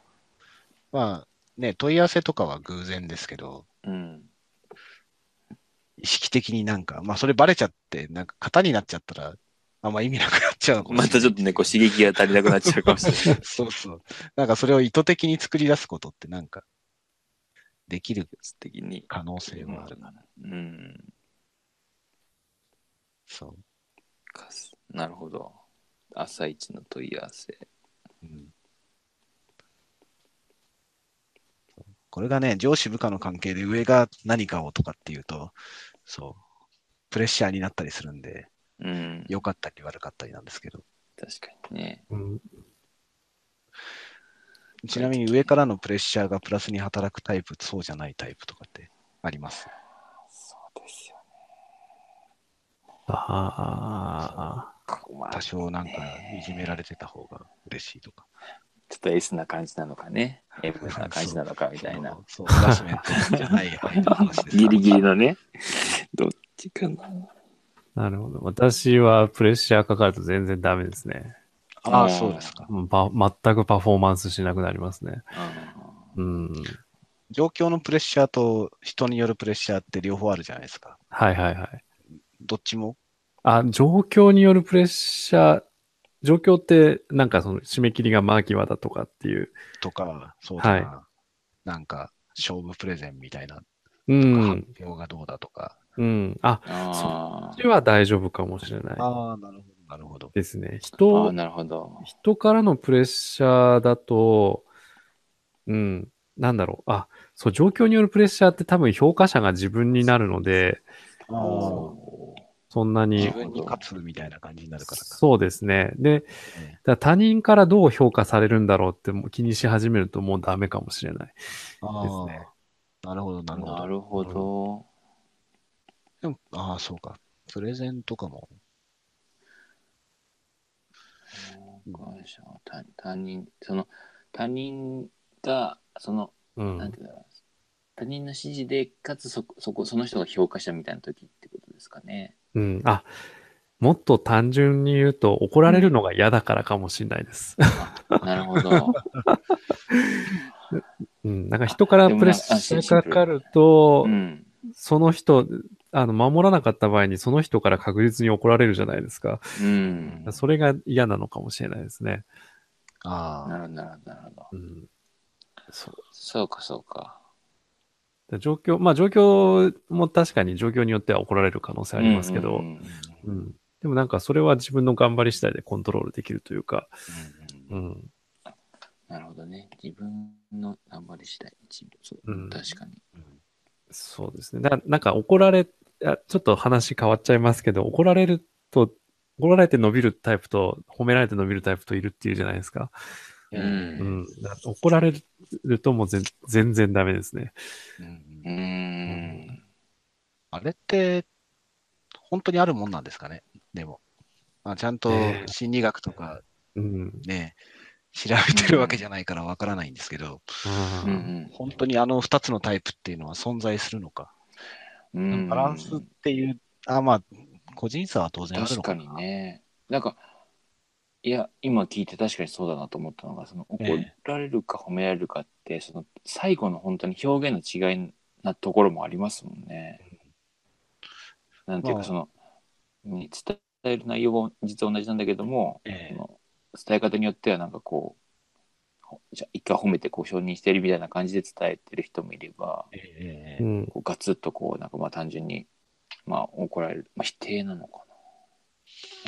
Speaker 1: まあ、ね、問い合わせとかは偶然ですけど、
Speaker 2: うん。
Speaker 1: 意識的になんか、まあそれバレちゃって、なんか型になっちゃったら、あんま意味なくなっちゃうのかも
Speaker 2: ま
Speaker 1: しれ
Speaker 2: た
Speaker 1: ない
Speaker 2: ちょっとね、こう刺激が足りなくなっちゃうかもしれない。
Speaker 1: そうそう。なんかそれを意図的に作り出すことってなんか、できる
Speaker 2: 質的に。
Speaker 1: 可能性もあるかな。
Speaker 2: うん。
Speaker 1: そ
Speaker 2: かすなるほど。朝一の問い合わせ。
Speaker 1: う。うんこれがね、上司部下の関係で上が何かをとかっていうと、そう、プレッシャーになったりするんで、
Speaker 2: うん。
Speaker 1: 良かったり悪かったりなんですけど。
Speaker 2: 確かにね。
Speaker 3: うん、
Speaker 1: ちなみに上からのプレッシャーがプラスに働くタイプ、そうじゃないタイプとかってあります。
Speaker 2: そうですよね。
Speaker 3: ああ、
Speaker 2: まあ
Speaker 1: 多少なんかいじめられてた方が嬉しいとか。
Speaker 2: ちょっとエスな感じなのかね。エブな感じなのかみたいな。
Speaker 1: そう、ハラスメントじゃない範囲の話です。
Speaker 2: ギリギリのね。 どっちかな。
Speaker 3: なるほど。私はプレッシャーかかると全然ダメですね。
Speaker 1: ああ、そうですか。
Speaker 3: もうパ全くパフォーマンスしなくなりますね。うん。
Speaker 1: 状況のプレッシャーと人によるプレッシャーって両方あるじゃないですか。
Speaker 3: はいはいはい。
Speaker 1: どっちも
Speaker 3: あ、状況によるプレッシャー、状況ってなんかその締め切りが間際だとかっていう。
Speaker 1: とか、そうだな、
Speaker 3: はい
Speaker 1: なんか勝負プレゼンみたいな、
Speaker 3: う
Speaker 1: とか
Speaker 3: ん。
Speaker 1: 発表がどうだとか。
Speaker 3: うん。あ、
Speaker 2: あ
Speaker 3: こっちは大丈夫かもしれない
Speaker 1: ああ、なるほど、なるほど。
Speaker 3: ですね。
Speaker 2: ーあー、
Speaker 3: 人、
Speaker 2: なるほど。
Speaker 3: 人からのプレッシャーだと、うん、なんだろう。あ、そう、状況によるプレッシャーって多分評価者が自分になるので、
Speaker 1: ああ
Speaker 3: そんなに
Speaker 1: 自。分に勝つみたいな感じになるからか。
Speaker 3: そうですね。で、
Speaker 1: ね
Speaker 3: だ他人からどう評価されるんだろうってもう気にし始めるともうダメかもしれな
Speaker 1: あ
Speaker 3: い。です
Speaker 1: あ、
Speaker 3: ね
Speaker 1: なるほど、なるほ
Speaker 2: な
Speaker 1: ど。
Speaker 2: るほど。
Speaker 1: でも、ああ、そうか。プレゼンとかも。
Speaker 2: 感謝他他人、その、他人が、その、
Speaker 3: う
Speaker 2: なん
Speaker 3: ん
Speaker 2: て。いうんだろう。他人の指示で、かつそこ、そこ、その人が評価したみたいな時ってことですか ね。
Speaker 3: うん。あ、もっと単純に言うと怒られるのが嫌だからかもしれないです。
Speaker 2: なるほど。
Speaker 3: うん。なんか人からプレッシャーかかると
Speaker 2: う、ん。
Speaker 3: その人、あの、守らなかった場合にその人から確実に怒られるじゃないですか。
Speaker 2: うん。なる
Speaker 3: それが嫌なのかもしれないですね。
Speaker 1: あ
Speaker 2: ほ
Speaker 1: あ、
Speaker 2: ど、なるほど、なるほど。
Speaker 3: うん。そう。
Speaker 2: そうか、そうか。
Speaker 3: だ状況、まあ状況も確かに状況によっては怒られる可能性ありますけど、
Speaker 2: うんうんうん
Speaker 3: うん。でもなんかそれは自分の頑張り次第でコントロールできるというか、
Speaker 1: う
Speaker 3: うんん。
Speaker 2: なるほどね。自分の頑張り次第。自分そう、
Speaker 3: うん
Speaker 2: 確かに。
Speaker 3: そうですね。だなんか怒られ、あちょっと話変わっちゃいますけど、怒られると、怒られて伸びるタイプと、褒められて伸びるタイプといるっていうじゃないですか。
Speaker 1: うん
Speaker 3: う
Speaker 2: うん
Speaker 3: ん。だ怒られるともう全全然ダメですね。
Speaker 1: うん
Speaker 2: うーん。
Speaker 1: あれって、本当にあるもんなんですかね、でも。あちゃんと
Speaker 3: ええ
Speaker 1: 心理学とか
Speaker 3: うん。
Speaker 1: ね、調べてるわけじゃないからわからないんですけど、
Speaker 3: あー
Speaker 2: うん
Speaker 1: 本当にあの2つのタイプっていうのは存在するのか。
Speaker 2: うん。
Speaker 1: バランスっていう、あ、まあ、個人差は当然ある
Speaker 2: 確
Speaker 1: の
Speaker 2: か
Speaker 1: か
Speaker 2: にね。なんか、いや、今聞いて確かにそうだなと思ったのが、その怒
Speaker 1: ええ
Speaker 2: られるか褒められるかって、その最後の本当に表現の違いなところもありますもんね。なんていう
Speaker 1: まあ
Speaker 2: か、その、うん伝える内容は実は同じなんだけども、
Speaker 1: ええ
Speaker 2: その伝え方によってはなんかこうほじゃ一回褒めてこう承認してるみたいな感じで伝えてる人もいれば
Speaker 1: ええ
Speaker 3: う
Speaker 1: ええ
Speaker 3: ん。
Speaker 2: こうガツッとこうなんかまあ単純に、まあ、怒られる、まあ、否定なのか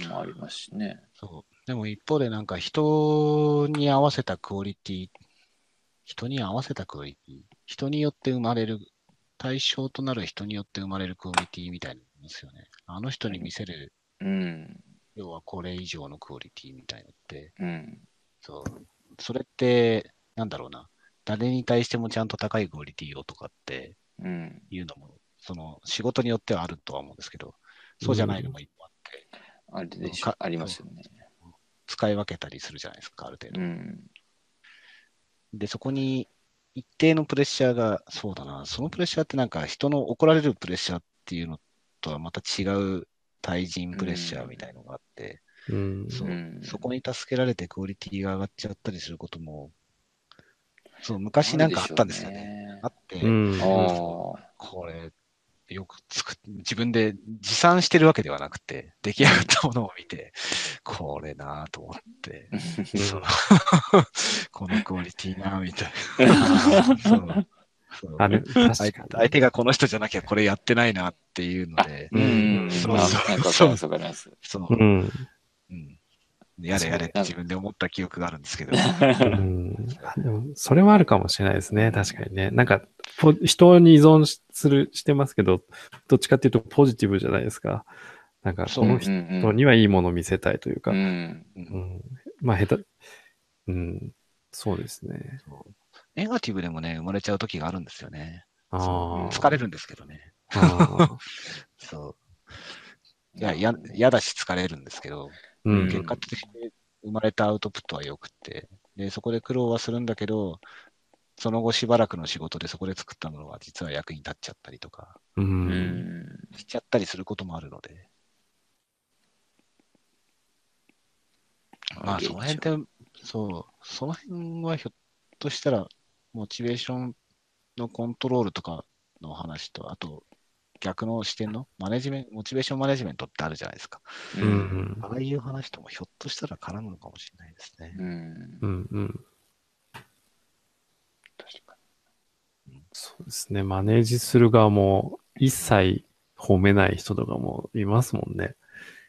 Speaker 2: なもありますしね。
Speaker 1: そう。でも一方でなんか人に合わせたクオリティ、人に合わせたクオリティ、人によって生まれる、対象となる人によって生まれるクオリティみたいなのですよね。あの人に見せる、
Speaker 2: うん
Speaker 1: 要はこれ以上のクオリティみたいなのって、
Speaker 2: うん
Speaker 1: そう。それって、なんだろうな。誰に対してもちゃんと高いクオリティをとかって
Speaker 2: うん、
Speaker 1: いうのも、その仕事によってはあるとは思うんですけど、そうじゃないのも一個あって、
Speaker 2: あれでし
Speaker 1: か
Speaker 2: ょありますよね。
Speaker 1: 使い分けたりするじゃないですか、ある程度
Speaker 2: う。ん
Speaker 1: で、そこに一定のプレッシャーが、そうだな、そのプレッシャーってなんか人の怒られるプレッシャーっていうのとはまた違う対人プレッシャーみたいのがあって、
Speaker 3: うん。
Speaker 1: そううんそこに助けられてクオリティが上がっちゃったりすることもそう、昔なんかあったんですよね。
Speaker 2: ね
Speaker 1: あって、
Speaker 3: うん。
Speaker 2: あー
Speaker 1: これ、よく作っ、自分で持参してるわけではなくて、出来上がったものを見て、 これなぁと思って、そのこのクオリティなぁみたいな。 そうそう
Speaker 3: あれ、確
Speaker 1: 相
Speaker 3: か
Speaker 1: 相手がこの人じゃなきゃこれやってないなっていうので、
Speaker 2: うんうんうん。
Speaker 1: そう
Speaker 2: あ
Speaker 1: そう
Speaker 2: なんかわか
Speaker 1: そ
Speaker 2: り
Speaker 1: う
Speaker 2: ますわかり ます。
Speaker 1: そう、
Speaker 3: に。うん。
Speaker 1: うんやれやれって自分で思った記憶があるんですけど、
Speaker 3: うんあでも、それはあるかもしれないですね。確かにね。なんか、ポ人に依存しする、してますけど、どっちかっていうとポジティブじゃないですか。なんか、
Speaker 1: そう
Speaker 3: この
Speaker 2: う
Speaker 3: 人
Speaker 2: んうん
Speaker 3: にはいいものを見せたいというか。
Speaker 2: う
Speaker 3: うん。
Speaker 2: ん。
Speaker 3: まあ、下手、うん。そうですね。
Speaker 1: そうネガティブでもね、生まれちゃう時があるんですよね。
Speaker 3: ああ。
Speaker 1: 疲れるんですけどね。
Speaker 3: あ
Speaker 1: そう。いや、や、嫌だし疲れるんですけど、
Speaker 3: ー。う
Speaker 1: 結
Speaker 3: ん。
Speaker 1: 果として生まれたアウトプットは良くて、で、そこで苦労はするんだけど、その後しばらくの仕事でそこで作ったものは実は役に立っちゃったりとか、
Speaker 3: う。
Speaker 2: うんん。
Speaker 1: しちゃったりすることもあるので、まあ、その辺って、そう、その辺はひょっとしたら、モチベーションのコントロールとかの話と、あと、逆の視点のマネジメント、モチベーションマネジメントってあるじゃないですか。
Speaker 3: う
Speaker 2: うん。
Speaker 3: ん。
Speaker 1: ああいう話ともひょっとしたら絡むのかもしれないですね。
Speaker 2: うん
Speaker 3: う。ん。うん。
Speaker 2: 確か
Speaker 3: そうですね。マネージする側も、一切褒めない人とかもいますもんね。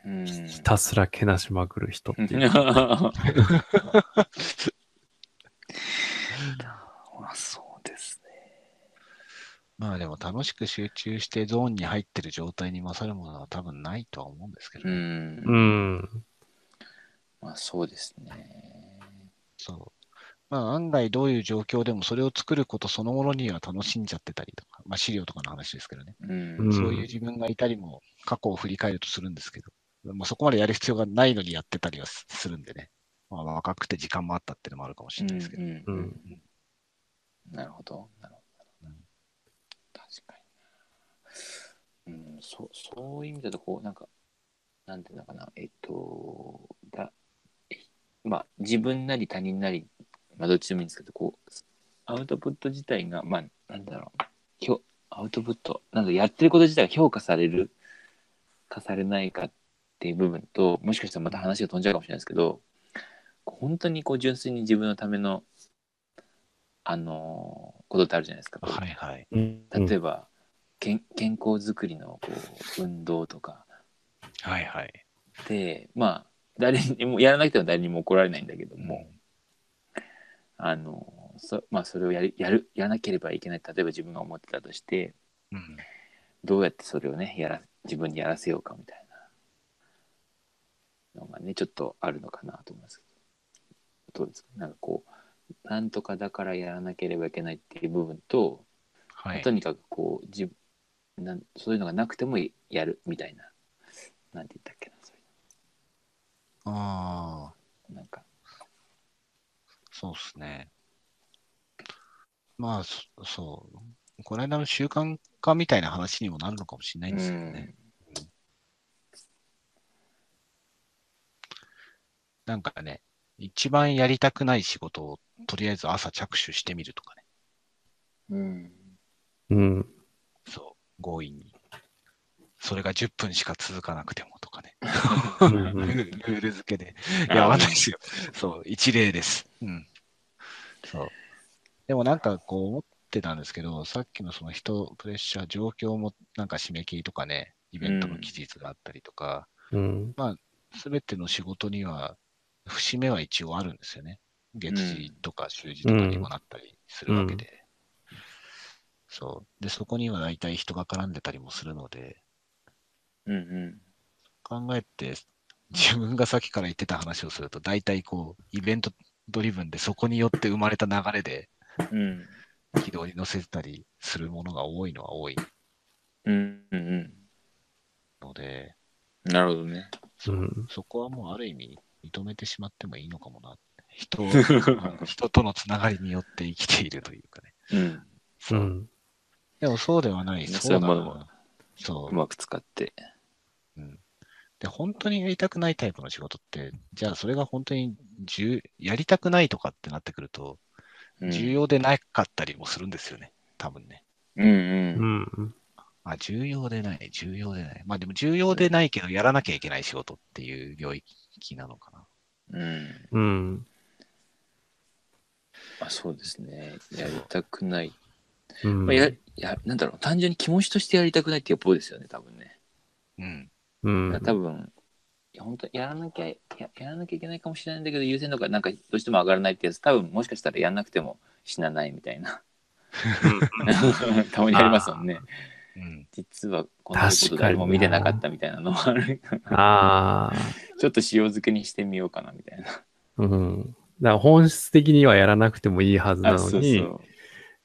Speaker 2: にうん。
Speaker 3: ひたすらけなしまくる人っていうか。
Speaker 2: あそうですね。
Speaker 1: まあでも楽しく集中してゾーンに入ってる状態に勝るものは多分ないとは思うんですけど、
Speaker 2: う
Speaker 1: ね
Speaker 2: ん。
Speaker 3: うん。
Speaker 2: まあそうですね。
Speaker 1: そう。まあ案外どういう状況でもそれを作ることそのものには楽しんじゃってたりとか、まあ資料とかの話ですけどね、
Speaker 2: うん。
Speaker 3: ん
Speaker 1: そういう自分がいたりも過去を振り返るとするんですけど、まあそこまでやる必要がないのにやってたりはすするんでね、まあ若くて時間もあったっていうのもあるかもしれないですけど、
Speaker 2: うん
Speaker 3: う
Speaker 2: うん
Speaker 3: ん。
Speaker 2: なるほど。なるほ
Speaker 1: う
Speaker 2: ど。
Speaker 1: ん
Speaker 2: 確かにな。うん、そそういう意味だと、こう、なんか、なんていうのかな、えっと、だえまあ、自分なり他人なり、まあ、どっちでもいいんですけど、こう、アウトプット自体が、まあ、なんだろう、ひょアウトプット、なんかやってること自体が評価されるかされないかっていう部分と、もしかしたらまた話が飛んじゃうかもしれないですけど、こう本当にこう純粋に自分のためのあのことってあるじゃないですか。
Speaker 1: はいはい。
Speaker 3: うん
Speaker 2: 例えば、けん健康づくりのこう運動とか
Speaker 1: はいはい。
Speaker 2: でまあ誰にもやらなくても誰にも怒られないんだけども、あのそまあ、それをやるやるやらなければいけない例えば自分が思ってたとして
Speaker 1: うん。
Speaker 2: どうやってそれをねやら自分にやらせようかみたいなのがねちょっとあるのかなと思いますけどどうですかなんかこうなんとかだからやらなければいけないっていう部分と
Speaker 1: はい。
Speaker 2: とにかくこう自なんそういうのがなくてもやるみたいななんて言ったっけなそうい
Speaker 1: ああ。
Speaker 2: うなんか
Speaker 1: そうっすね。まあ、そそう。この間の習慣化みたいな話にもなるのかもしれないんですけどね。なんかね、一番やりたくない仕事をとりあえず朝着手してみるとかね。
Speaker 2: うん
Speaker 3: うん。
Speaker 1: そう、強引に。それが10分しか続かなくてもとかね。
Speaker 3: う
Speaker 1: ル
Speaker 3: ん
Speaker 1: ールルール付けで。
Speaker 2: あ
Speaker 1: いや、私よ。そう、一例です。うん。そう。でもなんかこう思ってたんですけど、さっきのその人、プレッシャー、状況もなんか締め切りとかね、イベントの期日があったりとか、
Speaker 3: うん。
Speaker 1: すべ、ての仕事には、節目は一応あるんですよね。月次とか週次とかにもなったりするわけで。そう。で、そこには大体人が絡んでたりもするので、
Speaker 2: うんう
Speaker 1: 考えて、自分がさっきから言ってた話をすると、大体こう、イベントドリブンでそこによって生まれた流れで
Speaker 2: んうん
Speaker 1: 軌道に乗せたりするものが多いのは多い
Speaker 2: うんうんうん
Speaker 1: ので、
Speaker 2: なるほどね
Speaker 3: うん
Speaker 1: そこはもうある意味認めてしまってもいいのかもな。人あ の人とのつながりによって生きているというかね。
Speaker 2: うん
Speaker 3: うん。
Speaker 1: でもそうではない。
Speaker 2: ね
Speaker 1: そうだ
Speaker 2: そういうものも
Speaker 1: な。そうう。
Speaker 2: まく使って
Speaker 1: うんで、本当にやりたくないタイプの仕事って、じゃあそれが本当にじゅうやりたくないとかってなってくると、
Speaker 2: うん
Speaker 1: 重要でなかったりもするんですよね。多分ね。
Speaker 2: うん
Speaker 3: う
Speaker 2: うん。
Speaker 3: ん。
Speaker 1: あ、重要でない、重要でない。まあでも重要でないけど、やらなきゃいけない仕事っていう領域なのかな。
Speaker 2: うん。
Speaker 3: うん。
Speaker 2: まあそうですね。やりたくない。
Speaker 3: うん。
Speaker 2: まあ、や、や、なんだろう。単純に気持ちとしてやりたくないっていう方ですよね、多分ね。
Speaker 1: うん。
Speaker 3: うん。
Speaker 2: 多分、いや本当やらなきゃや、やらなきゃいけないかもしれないんだけど、優先度がなんかどうしても上がらないってやつ、多分もしかしたらやんなくても死なないみたいな。 たまにありますもんね。
Speaker 1: うん。
Speaker 2: 実はこんなこと誰も見てなかったみたいなのもある。
Speaker 3: ああ。
Speaker 2: ちょっと塩漬けにしてみようかなみたいな。
Speaker 3: うん。だから本質的にはやらなくてもいいはずな
Speaker 2: あ
Speaker 3: の
Speaker 2: そう
Speaker 3: に、
Speaker 2: そう。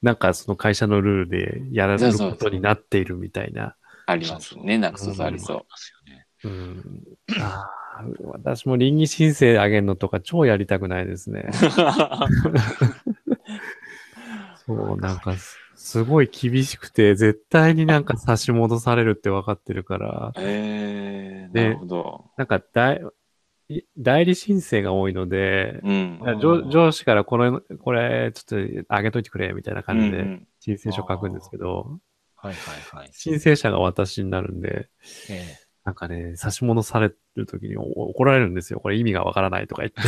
Speaker 3: なんかその会社のルールでやられることになっているみたいな。
Speaker 2: ありますね。なんかそうそうあり
Speaker 1: あ
Speaker 2: そ
Speaker 1: りますよね。
Speaker 3: うん。ああ、私も倫理申請上げるのとか超やりたくないですね。
Speaker 2: う。
Speaker 3: そう、なんかすすごい厳しくて、絶対になんか差し戻されるって分かってるから、
Speaker 2: えー、
Speaker 3: で
Speaker 2: なるほど。
Speaker 3: なんか代い代理申請が多いので、
Speaker 2: うん。
Speaker 1: うん
Speaker 3: 上上司からこれ、これ、ちょっと上げといてくれ、みたいな感じ
Speaker 2: うんう
Speaker 3: で
Speaker 2: ん
Speaker 3: 申請書書くんですけど、
Speaker 1: はいはいはい。
Speaker 3: 申請者が私になるんで、
Speaker 1: ええ
Speaker 3: なんかね、差し戻されるときにお怒られるんですよ。これ意味がわからないとか言って。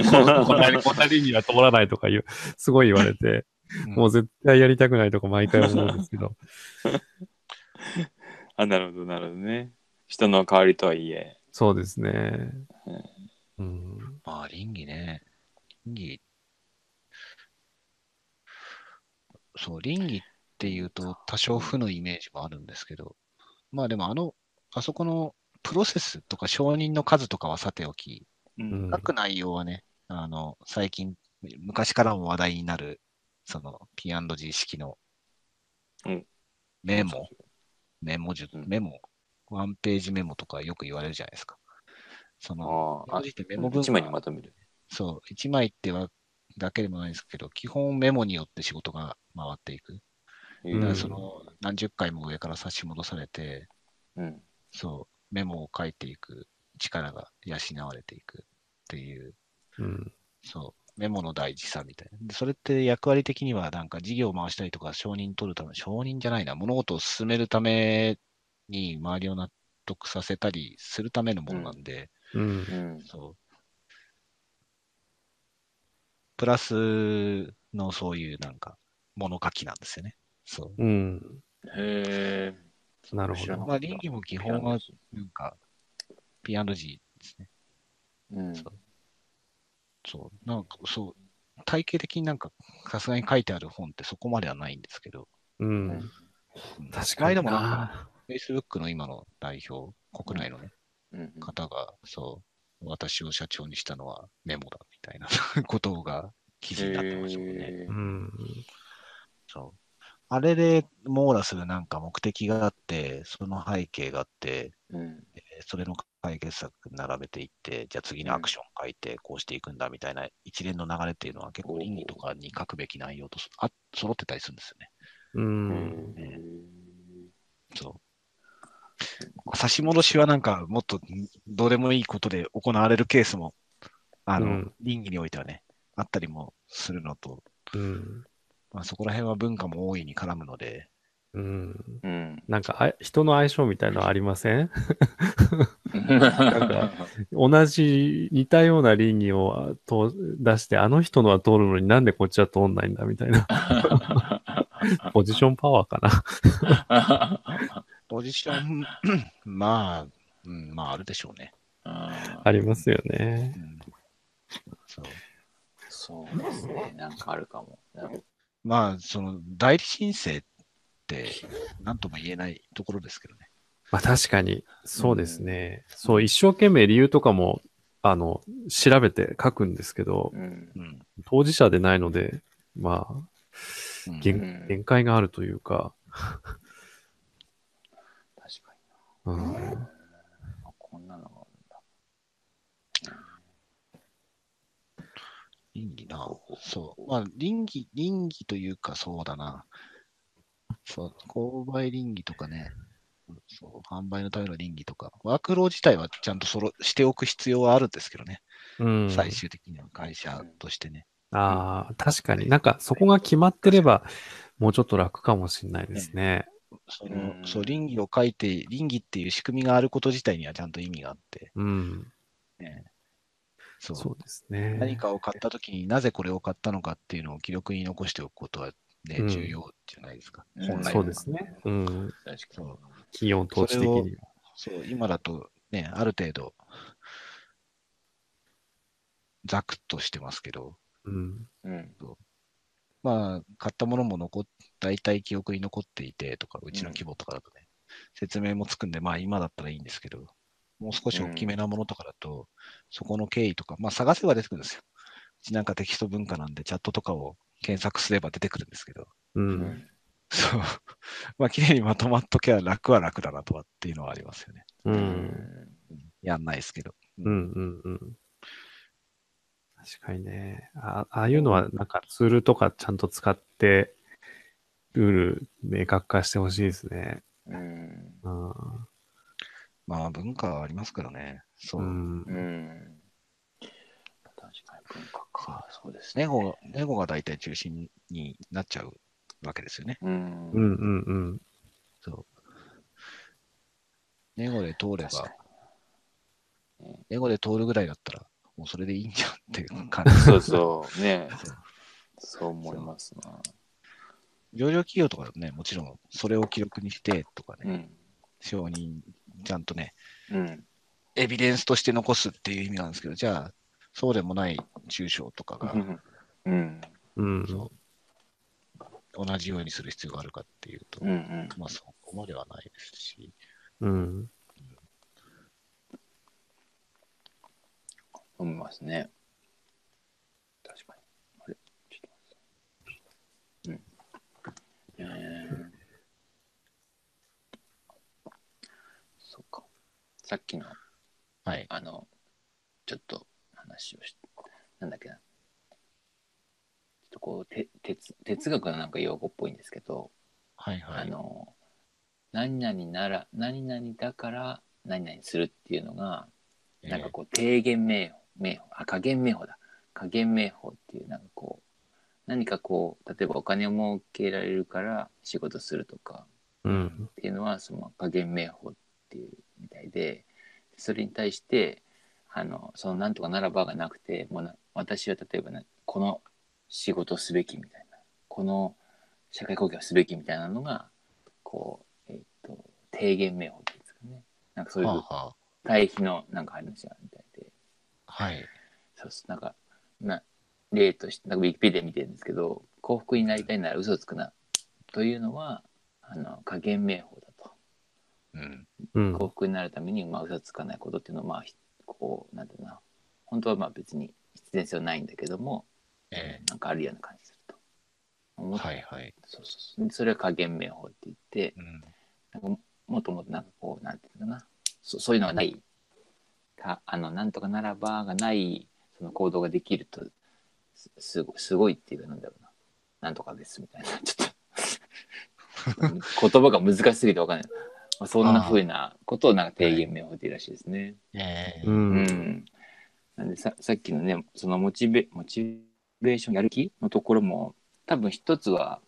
Speaker 3: 答え答えには通らないとか言う、すごい言われて、もう絶対やりたくないとか毎回思うんですけど。
Speaker 2: あ、なるほど、なるほどね。人の代わりとはいえ。
Speaker 3: そうですね。うん。
Speaker 1: まあ、倫理ね。倫理。そう、倫理っていうと多少負のイメージもあるんですけど、まあでもあの、あそこのプロセスとか承認の数とかはさておき、
Speaker 2: う
Speaker 3: うん
Speaker 1: 書く内容はね、あの、最近、昔からも話題になる、その P&G 式の
Speaker 2: うん
Speaker 1: メモ、メモ術、
Speaker 2: うん
Speaker 1: メモ、ワンページメモとかよく言われるじゃないですか。その、
Speaker 2: ああ、あ
Speaker 1: メモってメモ文化
Speaker 2: 一枚にまとめる。
Speaker 1: そう、一枚ってはだけでもないですけど、基本メモによって仕事が回っていく。
Speaker 2: う
Speaker 1: だ
Speaker 3: ん
Speaker 1: か
Speaker 2: ん
Speaker 1: らその何十回も上から差し戻されて、
Speaker 2: うん。
Speaker 1: そう、メモを書いていく力が養われていくっていう、
Speaker 3: うん。
Speaker 1: そう、メモの大事さみたいな。でそれって役割的にはなんか事業を回したりとか承認取るため、承認じゃないな、物事を進めるために周りを納得させたりするためのものなんで、
Speaker 3: うん
Speaker 2: う。ん。
Speaker 1: そう。プラスのそういうなんか物書きなんですよね。そ
Speaker 3: うん。
Speaker 2: へえ。
Speaker 3: なるほ
Speaker 2: 知らな
Speaker 1: う。
Speaker 2: か
Speaker 1: ま
Speaker 2: っ
Speaker 3: ど。
Speaker 1: あ倫理も基本はなんか P&G ですね。
Speaker 2: うん。
Speaker 1: そう。なんかそう。体系的になんかさすがに書いてある本ってそこまではないんですけど。
Speaker 3: うん。
Speaker 1: うん
Speaker 3: 確
Speaker 1: この
Speaker 3: かに
Speaker 1: 間もなんか
Speaker 3: な。
Speaker 1: Facebook の今の代表、国内のね、
Speaker 2: うん。
Speaker 1: 方がそう、私を社長にしたのはメモだみたいな ことが記事になってましたもんね。
Speaker 2: へえ
Speaker 3: うん。
Speaker 1: そう。あれで網羅するなんか目的があって、その背景があって、
Speaker 2: うん。
Speaker 1: えーそれの解決策並べていって、じゃあ次のアクション書いて、こうしていくんだみたいな一連の流れっていうのは結構倫理とかに書くべき内容とそあ揃ってたりするんですよね。
Speaker 3: うん。
Speaker 2: へえ
Speaker 1: そう。差し戻しはなんかもっとどうでもいいことで行われるケースも、あの、
Speaker 3: うん
Speaker 1: 倫理においてはね、あったりもするのと、
Speaker 3: うん。
Speaker 1: まあ、そこら辺は文化も大いに絡むので、
Speaker 3: うん。
Speaker 2: うん。
Speaker 3: なんかあ、人の相性みたいのありません
Speaker 2: なん
Speaker 3: か同じ、似たような倫理をと出して、あの人のは通るのになんでこっちは通んないんだみた いな。ポジションパワーかな。
Speaker 2: あ
Speaker 1: ポジショ ン、まあ、うん、まああるでしょうね。
Speaker 3: あ
Speaker 2: ー
Speaker 3: りますよね。
Speaker 1: うん、そう
Speaker 2: そうですね。なんかあるかも。なんか
Speaker 1: まあ、その、代理申請って、なんとも言えないところですけどね。
Speaker 3: まあ確かに、そうですね。そう、一生懸命理由とかも、あの、調べて書くんですけど、
Speaker 2: うん。
Speaker 1: うん。
Speaker 3: 当事者でないので、ま
Speaker 1: う
Speaker 3: あ、
Speaker 1: ん
Speaker 2: う
Speaker 3: 限
Speaker 2: ん
Speaker 3: 限界があるというか、
Speaker 2: 確か
Speaker 3: うん、
Speaker 2: にな。こんなのが
Speaker 1: 倫理な。そう。まあ、倫理、倫理というか、そうだな。そう、購買倫理とかね。そう販売のための倫理とか、ワークロー自体はちゃんとそろしておく必要はあるんですけどね、
Speaker 3: うん。
Speaker 1: 最終的には会社としてね。
Speaker 3: ああ、確かになんかそこが決まってれば、もうちょっと楽かもしれないですね。
Speaker 1: そうの、
Speaker 2: ん
Speaker 1: そう、倫理を書いて、倫理っていう仕組みがあること自体にはちゃんと意味があって、
Speaker 3: うん。
Speaker 1: そう。
Speaker 3: そうですね。
Speaker 1: 何かを買ったときになぜこれを買ったのかっていうのを記録に残しておくことはね、
Speaker 3: うん
Speaker 1: 重要じゃないですか。
Speaker 2: うん
Speaker 1: 本来は
Speaker 3: そうですね。うん。
Speaker 2: 確か
Speaker 1: そう
Speaker 3: 企業統治的には。
Speaker 1: そう、今だとね、ある程度、ざくっとしてますけど、
Speaker 3: うん。
Speaker 2: に。うん。
Speaker 1: まあ、買ったものも残っ、大体記憶に残っていてとか、うちの規模とかだとね、説明もつくんで、まあ今だったらいいんですけど、もう少し大きめなものとかだと、そこの経緯とか、まあ探せば出てくるんですよ。うちなんかテキスト文化なんで、チャットとかを検索すれば出てくるんですけど、
Speaker 3: う。
Speaker 2: うんん。
Speaker 1: そう。 まあ、綺麗にまとまっとけば楽は楽だなとはっていうのはありますよね。
Speaker 3: うん。う。
Speaker 2: うんん。
Speaker 1: やんないですけど。
Speaker 3: うん。うん。確かにね。あああいうのは、なんかツールとかちゃんと使って、ルール明確化してほしいですね。
Speaker 2: うん。
Speaker 3: うん。
Speaker 1: まあ、文化はありますからね。そうう。
Speaker 2: う
Speaker 3: ん。
Speaker 2: ん。確かに文化か。そうですね。
Speaker 1: ネゴ、ネゴが大体中心になっちゃうわけですよね。
Speaker 2: うん。
Speaker 3: うん。うん。うん。
Speaker 1: そう。ネゴで通れ
Speaker 2: 確
Speaker 1: ば
Speaker 2: か、にね
Speaker 1: ネゴで通るぐらいだったら、もうそれでいいんじゃんっていう感じ。
Speaker 2: そうそう。 ね
Speaker 1: そう
Speaker 2: そう思いますな。
Speaker 1: 上場企業とかだとね、もちろんそれを記録にしてとか
Speaker 2: う
Speaker 1: ね、
Speaker 2: ん。
Speaker 1: 承認、ちゃんとね、
Speaker 2: うん。
Speaker 1: エビデンスとして残すっていう意味なんですけど、じゃあ、そうでもない中小とかが
Speaker 2: うん。うん。
Speaker 3: うん。
Speaker 1: そう同じようにする必要があるかっていうと、
Speaker 2: うん。
Speaker 1: まあそこまではないですし、
Speaker 3: うん。
Speaker 2: 思いますね。確かに。あれちょっと待って。うん。えー、そっか。さっきの、
Speaker 1: はい。
Speaker 2: あの、ちょっと話をして、なんだっけな。ちょっとこう、て哲哲学のなんか用語っぽいんですけど、
Speaker 1: はいは
Speaker 2: あ
Speaker 1: い。
Speaker 2: の、何々なら、何々だから何々するっていうのが、
Speaker 1: えー
Speaker 2: なんかこう、低減名法、名法、あ、加減名法だ。加減名法っていう、なんかこう、何かこう、例えばお金を儲けられるから仕事するとか
Speaker 3: うん。
Speaker 2: っていうのは、その加減名法っていうみたいで、それに対して、あの、そのなんとかならばがなくて、もうな私は例えばな、この仕事をすべきみたいな、この社会貢献をすべきみたいなのが、こう、えっ、と、低減名法っていうんですかね。なんかそういう
Speaker 1: はあは
Speaker 2: 対比のなんか話があるみたいで。
Speaker 1: あはい。
Speaker 2: そうっすなんか、な例として、なんかウィキペディア見てるんですけど、幸福になりたいなら嘘をつくなというのは、あの、加減名法だと。
Speaker 1: うん。
Speaker 3: うん。
Speaker 2: 幸福になるために、まあ、嘘をつかないことっていうのは、まあ、ひこう、なんていうのかな、本当はまあ別に必然性はないんだけども、
Speaker 1: え
Speaker 2: なんかあるような感じすると。
Speaker 1: ー
Speaker 2: 思っ
Speaker 1: はいはい。
Speaker 2: そうそうそうそれは加減名法って言って、
Speaker 1: うん。
Speaker 2: なんかももっともっとなんかこう、なんていうのかな、そそういうのがない、かあの、なんとかならばがない、その行動ができると、すすごすごいっていうか、なんだろうな、なんとかですみたいな、 ちょっと、言葉が難しすぎてわかんない。まあ、そんなふうなことをなんか提言名をっているらしいですね。
Speaker 1: えー
Speaker 3: う。
Speaker 2: うんん。なんでささっきのね、そのモチベ、モチベーション、やる気のところも、多分一つは、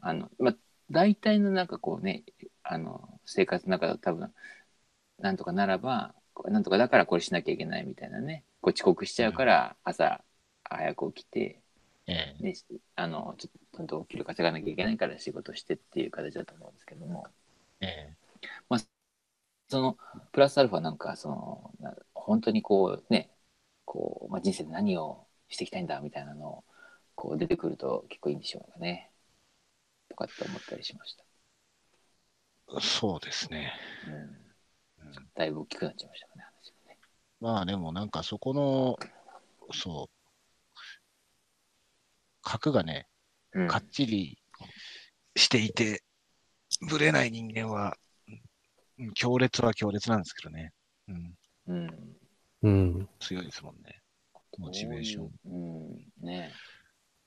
Speaker 2: あの、まあ、大体のなんかこうね、あの、生活の中だと多分、なんとかならば、こなんとかだからこれしなきゃいけないみたいなね、こう遅刻しちゃうから、朝早く起きて、
Speaker 1: えー
Speaker 2: ね、しあの、ちょっとどんどんお給料稼がなきゃいけないから仕事してっていう形だと思うんですけども、
Speaker 1: え
Speaker 2: そのプラスアルファなんかそのな本当にこうねこう、まあ、人生で何をしていきたいんだみたいなのをこう出てくると結構いいんでしょうかねとかって思ったりしました、
Speaker 1: ーそうですね。
Speaker 2: うん、だいぶ大きくなっちゃいましたかね話がね
Speaker 1: まあでもなんかそこの、そう、核がね、
Speaker 2: うん
Speaker 1: かっちりしていて、ぶれない人間は、うん強烈は強烈なんですけどね。うん。
Speaker 2: うん、
Speaker 3: うん。
Speaker 1: 強いですもんね。モチベーション。
Speaker 2: こういううんね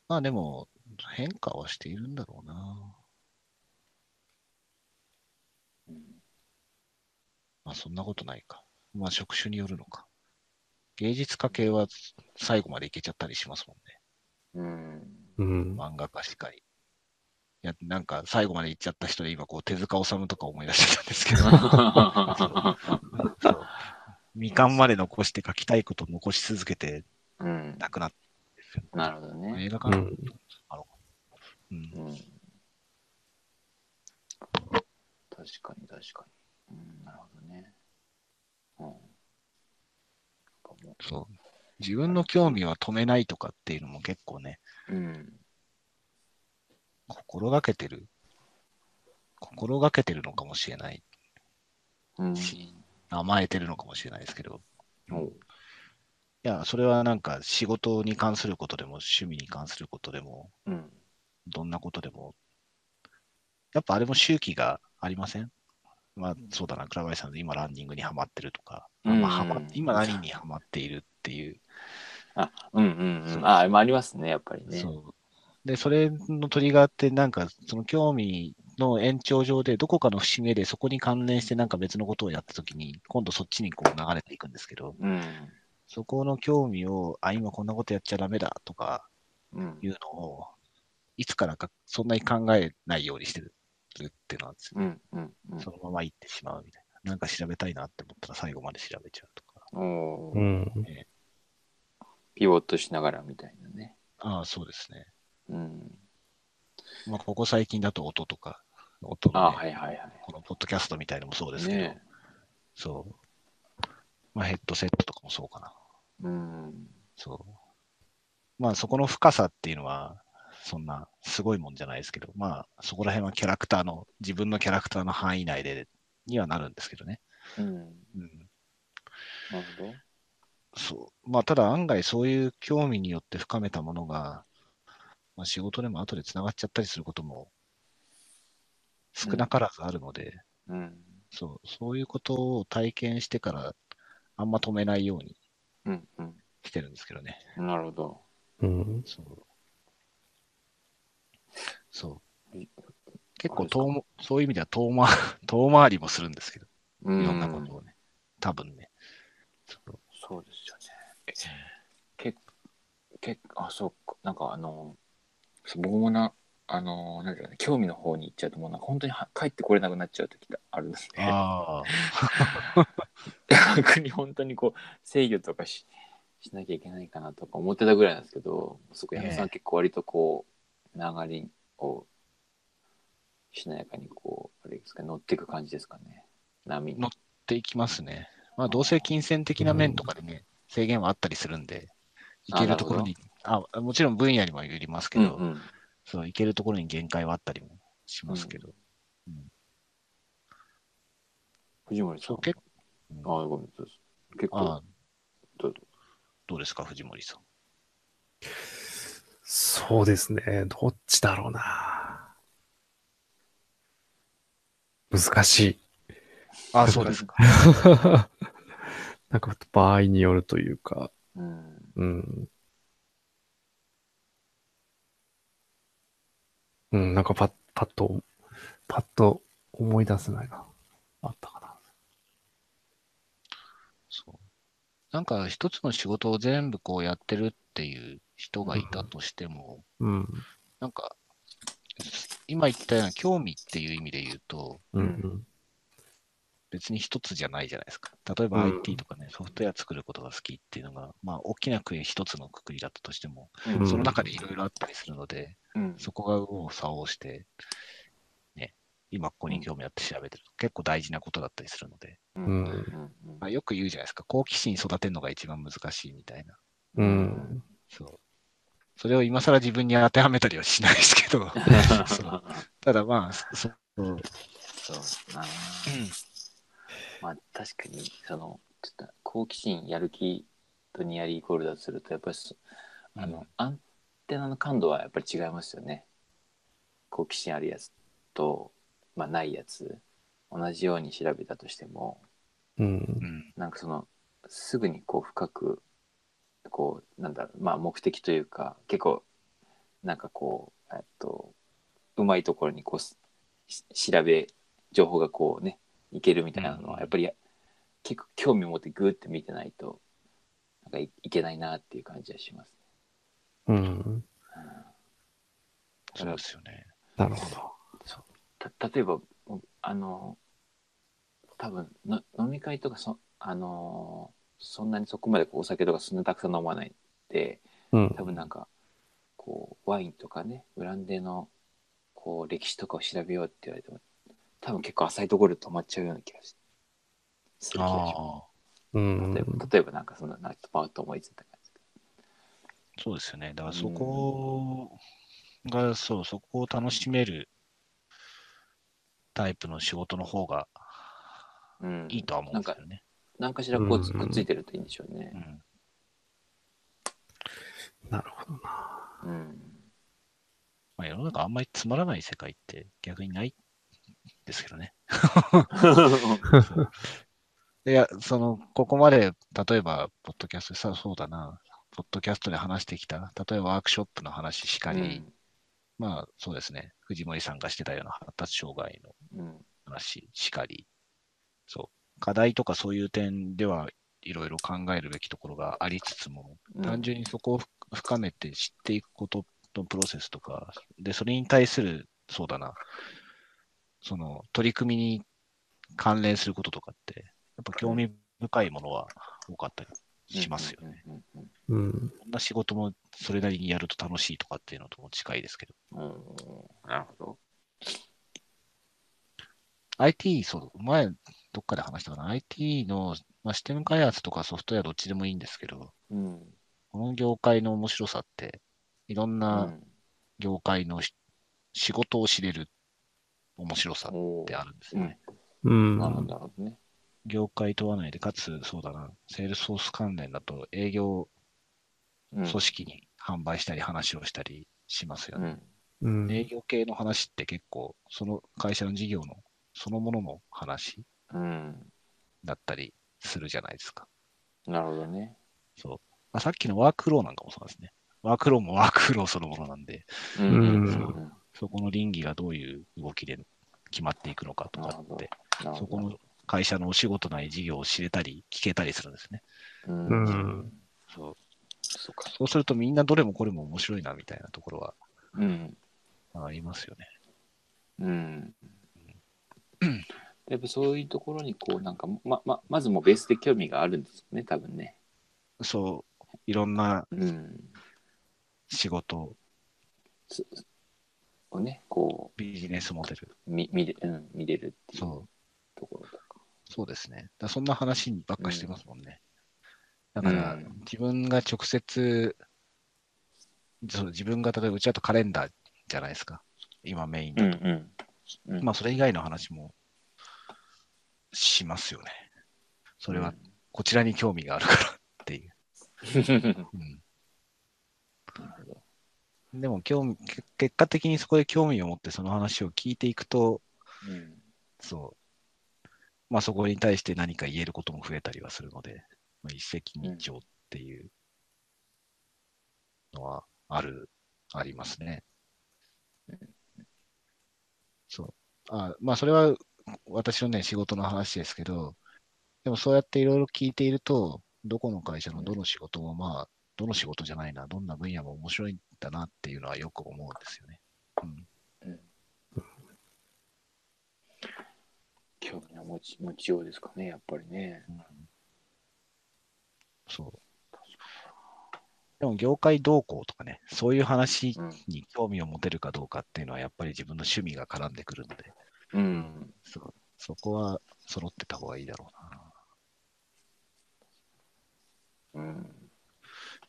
Speaker 1: まあでも、変化はしているんだろうな。
Speaker 2: うん
Speaker 1: まあそんなことないか。まあ職種によるのか。芸術家系は最後までいけちゃったりしますもんね。
Speaker 2: うん。
Speaker 3: うん。
Speaker 1: 漫画家しかり。いや、なんか最後まで行っちゃった人で今こう手塚治虫とか思い出してたんですけど、 そう未完まで残して書きたいことを残し続けて
Speaker 2: うん。
Speaker 1: なくなっ
Speaker 2: なるほどね。
Speaker 1: 映画か
Speaker 3: う
Speaker 1: な、
Speaker 3: ん。
Speaker 1: うん
Speaker 2: うん。確かに確かに。うん、なるほどね。うん。やっぱも
Speaker 1: そう。自分の興味は止めないとかっていうのも結構ね、
Speaker 2: ううん。
Speaker 1: 心がけてる。心がけてるのかもしれない。
Speaker 2: うん。
Speaker 1: 甘えてるのかもしれないですけど。
Speaker 2: おう
Speaker 1: いや、それはなんか仕事に関することでも、趣味に関することでも、
Speaker 2: うん。
Speaker 1: どんなことでも。やっぱあれも周期がありませんまあ、そうだな、倉林さんの今ランニングにはまってるとか、
Speaker 2: うん
Speaker 1: まあ、はま今何にはまっているっていう、
Speaker 2: あ、うんうんうん。あ、まあありますね、やっぱりね。
Speaker 1: そう。で、それのトリガーって、なんか、その興味の延長上で、どこかの節目でそこに関連してなんか別のことをやったときに、今度そっちにこう流れていくんですけど、
Speaker 2: うん。
Speaker 1: そこの興味を、あ、今こんなことやっちゃダメだとか
Speaker 2: うん
Speaker 1: い。うのを、いつからかそんなに考えないようにしてるっていうのは、
Speaker 2: うんうんうん
Speaker 1: そのまま行ってしまうみたいな。なんか調べたいなって思ったら最後まで調べちゃうとか。
Speaker 2: お
Speaker 3: う
Speaker 2: ー
Speaker 3: ん。
Speaker 2: ピボットしながらみたいなね。
Speaker 1: ああ、そうですね。
Speaker 2: うん。
Speaker 1: まあ、ここ最近だと音とか、音
Speaker 2: あ、
Speaker 1: の、ね
Speaker 2: はいはいは
Speaker 1: このポッドキャストみたいのもそうで
Speaker 2: い。
Speaker 1: すけど、
Speaker 2: ね
Speaker 1: そう。まあ、ヘッドセットとかもそうかな。
Speaker 2: うん。
Speaker 1: そう。まあ、そこの深さっていうのは、そんなすごいもんじゃないですけど、まあ、そこら辺はキャラクターの、自分のキャラクターの範囲内で、にはなるんですけどね。
Speaker 2: うん。
Speaker 1: うん。
Speaker 2: なるほど。
Speaker 1: そう。まあ、ただ案外そういう興味によって深めたものが、まあ、仕事でも後で繋がっちゃったりすることも少なからずあるので、
Speaker 2: うん。
Speaker 1: そう、そういうことを体験してから、あんま止めないように
Speaker 2: うんうん。
Speaker 1: してるんですけどね。
Speaker 2: なるほど。
Speaker 3: うん。
Speaker 1: そう。そう。結構遠も、そういう意味では遠回 遠回りもするんですけど、
Speaker 2: う
Speaker 1: いろんなことをね。多分ね。そう
Speaker 2: そうですよね。結結あそうかなんかあのそう僕もなあのなんていうかな興味の方に行っちゃうともうなんか本当には帰ってこれなくなっちゃう時があるんですね。
Speaker 1: ああ、
Speaker 2: 逆に本当にこう制御とかししなきゃいけないかなとか思ってたぐらいなんですけどそこ矢野さ
Speaker 1: え
Speaker 2: ん
Speaker 1: え
Speaker 2: 結構割とこう流れをしなやかにこうあれですか乗っていく感じですかね波に
Speaker 1: 乗。っていきますね。まあ、どうせ金銭的な面とかでね、制限はあったりするんで、行けるところに、あもちろん分野にもよりますけ
Speaker 2: うんう
Speaker 1: ど、
Speaker 2: ん
Speaker 1: そう、行けるところに限界はあったりもしますけど。
Speaker 2: 藤森さ
Speaker 1: そ
Speaker 2: ん
Speaker 1: う、結
Speaker 2: あ
Speaker 1: 構、
Speaker 2: ごめんなさい結
Speaker 1: あ
Speaker 2: 構
Speaker 1: あ
Speaker 2: どうぞ
Speaker 1: どうですか、藤森さん。
Speaker 3: そうですね。どっちだろうな。難しい。
Speaker 1: あ、そうですか。
Speaker 3: なんか場合によるというか、
Speaker 2: うん
Speaker 3: うん。うん、なんかパッ、パッと、パッと思い出せないな。あったかな。
Speaker 1: そう。なんか一つの仕事を全部こうやってるっていう人がいたとしても、
Speaker 3: うん。
Speaker 1: なんか、今言ったような興味っていう意味で言うと、
Speaker 3: うん。
Speaker 1: 別に一つじゃないじゃないですか。例えば
Speaker 3: うん
Speaker 1: IT とかね、ソフトウェア作ることが好きっていうのが、まあ大きな国一つのくくりだったとしても、
Speaker 3: うん
Speaker 1: その中でいろいろあったりするので、
Speaker 2: うん
Speaker 1: そこが右往左往して、ね、今ここに興味あって調べてると結構大事なことだったりするので、
Speaker 2: う
Speaker 3: うん
Speaker 2: ん
Speaker 1: まあ、よく言うじゃないですか、好奇心育てるのが一番難しいみたいな。
Speaker 3: うん。うん。
Speaker 1: そう。それを今更自分に当てはめたりはしないですけ ど、そうただまあ、そそう
Speaker 2: そうだな。まあ確かにそのちょっと好奇心やる気とニアリーイコールだとするとやっぱりそあの、
Speaker 1: うん
Speaker 2: アンテナの感度はやっぱり違いますよね。好奇心あるやつと、まあ、ないやつ同じように調べたとしても
Speaker 3: うん
Speaker 1: う。ん。
Speaker 2: なんかそのすぐにこう深くこうなんだろうまあ目的というか結構なんかこうえっとうまいところにこうすし調べ情報がこうねいけるみたいなの
Speaker 1: うん
Speaker 2: はやっぱりや結構興味を持ってグーって見てないとなんかいいけないなっていう感じはします
Speaker 3: う
Speaker 2: ね。
Speaker 3: ん。
Speaker 1: そうですよね。
Speaker 3: なるほど。
Speaker 2: た例えばあの多分の飲み会とかそあのそんなにそこまでこうお酒とかそんなにたくさん飲まないんで
Speaker 3: うん
Speaker 2: 多。分なんかこうワインとかねブランデーのこう歴史とかを調べようって言われても多分結構浅いところで止まっちゃうような気がしする気がします
Speaker 1: ああ、
Speaker 3: うん。
Speaker 2: 例えば例えばなんかそんななんかパッと思いついた感じ
Speaker 1: そうですよね。だからそこが、そう、そこを楽しめるタイプの仕事の方が
Speaker 2: うん、
Speaker 1: いいとは思うんですよね。
Speaker 2: 何かしらこう
Speaker 3: うん
Speaker 2: つくっついてるといいんでしょうね
Speaker 1: う。ん。
Speaker 3: なるほどな。
Speaker 2: うん。
Speaker 1: まあ世の中あんまりつまらない世界って逆にないですけどね。いや、その、ここまで、例えば、ポッドキャスト、さ、そうだな、ポッドキャストで話してきた、例えばワークショップの話しかり、まあ、そうですね、藤森さんがしてたような発達障害の
Speaker 2: うん。
Speaker 1: 話しかり、そう、課題とかそういう点ではいろいろ考えるべきところがありつつも、
Speaker 2: うん
Speaker 1: 単純にそこをふ深めて知っていくことのプロセスとか、で、それに対する、そうだな、その取り組みに関連することとかって、やっぱ興味深いものは多かったりしますよね。。
Speaker 2: うんうん
Speaker 3: うん。
Speaker 1: こんな仕事もそれなりにやると楽しいとかっていうのとも近いですけど、
Speaker 2: うんうんうんなるほ
Speaker 1: IT、そう、前、どっかで話したかな、IT の、まあ、システム開発とかソフトウェアどっちでもいいんですけど、
Speaker 2: ど。うん。
Speaker 1: この業界の面白さって、いろん
Speaker 2: う
Speaker 1: なん業界のし仕事を知れる面白さっ
Speaker 2: お
Speaker 1: て
Speaker 2: ー
Speaker 1: あるんですよね。
Speaker 3: うん。
Speaker 2: なるほど、なるほどね。
Speaker 1: 業界問わないで、かつ、そうだな、セールスフォース関連だと営業
Speaker 2: うん
Speaker 1: 組織に販売したり話をしたりしますよね。
Speaker 2: うん。
Speaker 3: うん。
Speaker 1: 営業系の話って結構、その会社の事業のそのものの話
Speaker 2: うん。
Speaker 1: だったりするじゃないですか。
Speaker 2: なるほどね。
Speaker 1: そう。まあ、さっきのワークフローなんかもそうですね。ワークフローもワークフローそのものなんで、
Speaker 2: うん
Speaker 3: うん
Speaker 2: うん
Speaker 1: そこの倫理がどういう動きで決まっていくのかと
Speaker 2: なる
Speaker 1: か
Speaker 2: ほ
Speaker 1: っ
Speaker 2: ど
Speaker 1: て、
Speaker 2: なる
Speaker 1: そ
Speaker 2: ほ
Speaker 1: こ
Speaker 2: ど
Speaker 1: の会社のお仕事ない事業を知れたり、聞けたりするんですね。
Speaker 2: うん
Speaker 3: うん
Speaker 1: そう
Speaker 2: そうか。
Speaker 1: そうするとみんなどれもこれも面白いなみたいなところ
Speaker 2: うん。
Speaker 1: はありますよね。
Speaker 2: うん。やっぱそういうところにこうなんかまままずもうベースで興味があるんですよね多分ね。
Speaker 1: そう、いろんな
Speaker 2: うん。
Speaker 1: 仕事、
Speaker 2: をねこ
Speaker 1: ビジネスモデル。
Speaker 2: う見見れうん見れるっていう
Speaker 1: そ
Speaker 2: ところとか。
Speaker 1: う、そうですね。だからそんな話ばっかしてますもんね。だ
Speaker 2: う
Speaker 1: から、
Speaker 2: ん
Speaker 1: 自分が直接、そう自分が例えばうちだとカレンダーじゃないですか。今メインだと。
Speaker 2: んうん
Speaker 1: まあ、それ以外の話もしますよね。それはこちらに興味があるからっていう。うんでも興味、け結果的にそこで興味を持ってその話を聞いていくと、
Speaker 2: うん
Speaker 1: そう、まあそこに対して何か言えることも増えたりはするので、まあ、一石二鳥っていうのはある、ありますね
Speaker 2: うん。
Speaker 1: そう。あまあそれは私のね、仕事の話ですけど、でもそうやっていろいろ聞いていると、どこの会社のどの仕事もまあ、どの仕事じゃないな、どんな分野も面白いんだなっていうのはよく思うんですよね。うん。
Speaker 2: うん興味の持ち持ちようですかねやっぱりね。
Speaker 1: そう。でも業界動向とかね、そういう話
Speaker 2: うん
Speaker 1: に興味を持てるかどうかっていうのは、やっぱり自分の趣味が絡んでくるので、
Speaker 2: うん
Speaker 1: そうそこは揃ってた方がいいだろうな。
Speaker 2: うん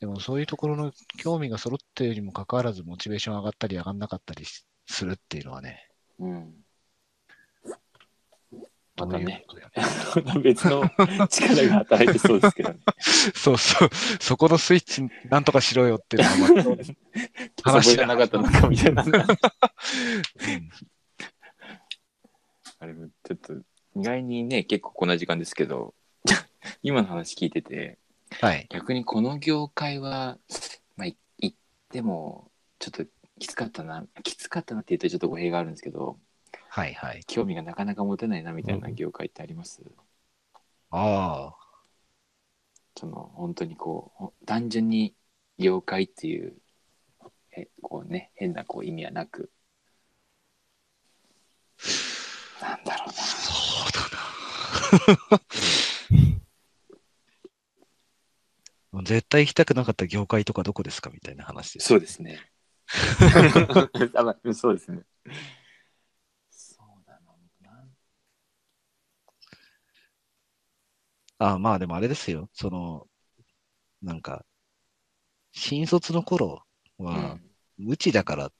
Speaker 1: でもそういうところの興味が揃っているにもかかわらず、モチベーション上がったり上がんなかったりしするっていうのはね、
Speaker 2: うん。
Speaker 1: どう
Speaker 2: また
Speaker 1: いう
Speaker 2: ね
Speaker 1: ことだよね。
Speaker 2: 別の力が働いてそうですけど ね。
Speaker 1: そうそう、そこのスイッチなんとかしろよっていうのはまあ、話
Speaker 2: そこじゃなかったのかみたいな。
Speaker 1: うん
Speaker 2: あれもちょっと意外にね結構こんな時間ですけど 今の話聞いてて
Speaker 1: はい。
Speaker 2: 逆にこの業界はまあい行ってもちょっときつかったなきつかったなって言うとちょっと語弊があるんですけど
Speaker 1: はいはい。
Speaker 2: 興味がなかなか持てないなみたいな業界ってあります、
Speaker 1: ああ、
Speaker 2: その本当にこうほ単純に業界っていうへこうね、変なこう意味はなく、なんだろうな。
Speaker 1: そうだな。絶対行きたくなかった業界とかどこですかみたいな話です。
Speaker 2: そうですね。あまあそうですね。そうなのなん
Speaker 1: あ、まあでもあれですよ。その、なんか、新卒の頃は、無知だからっ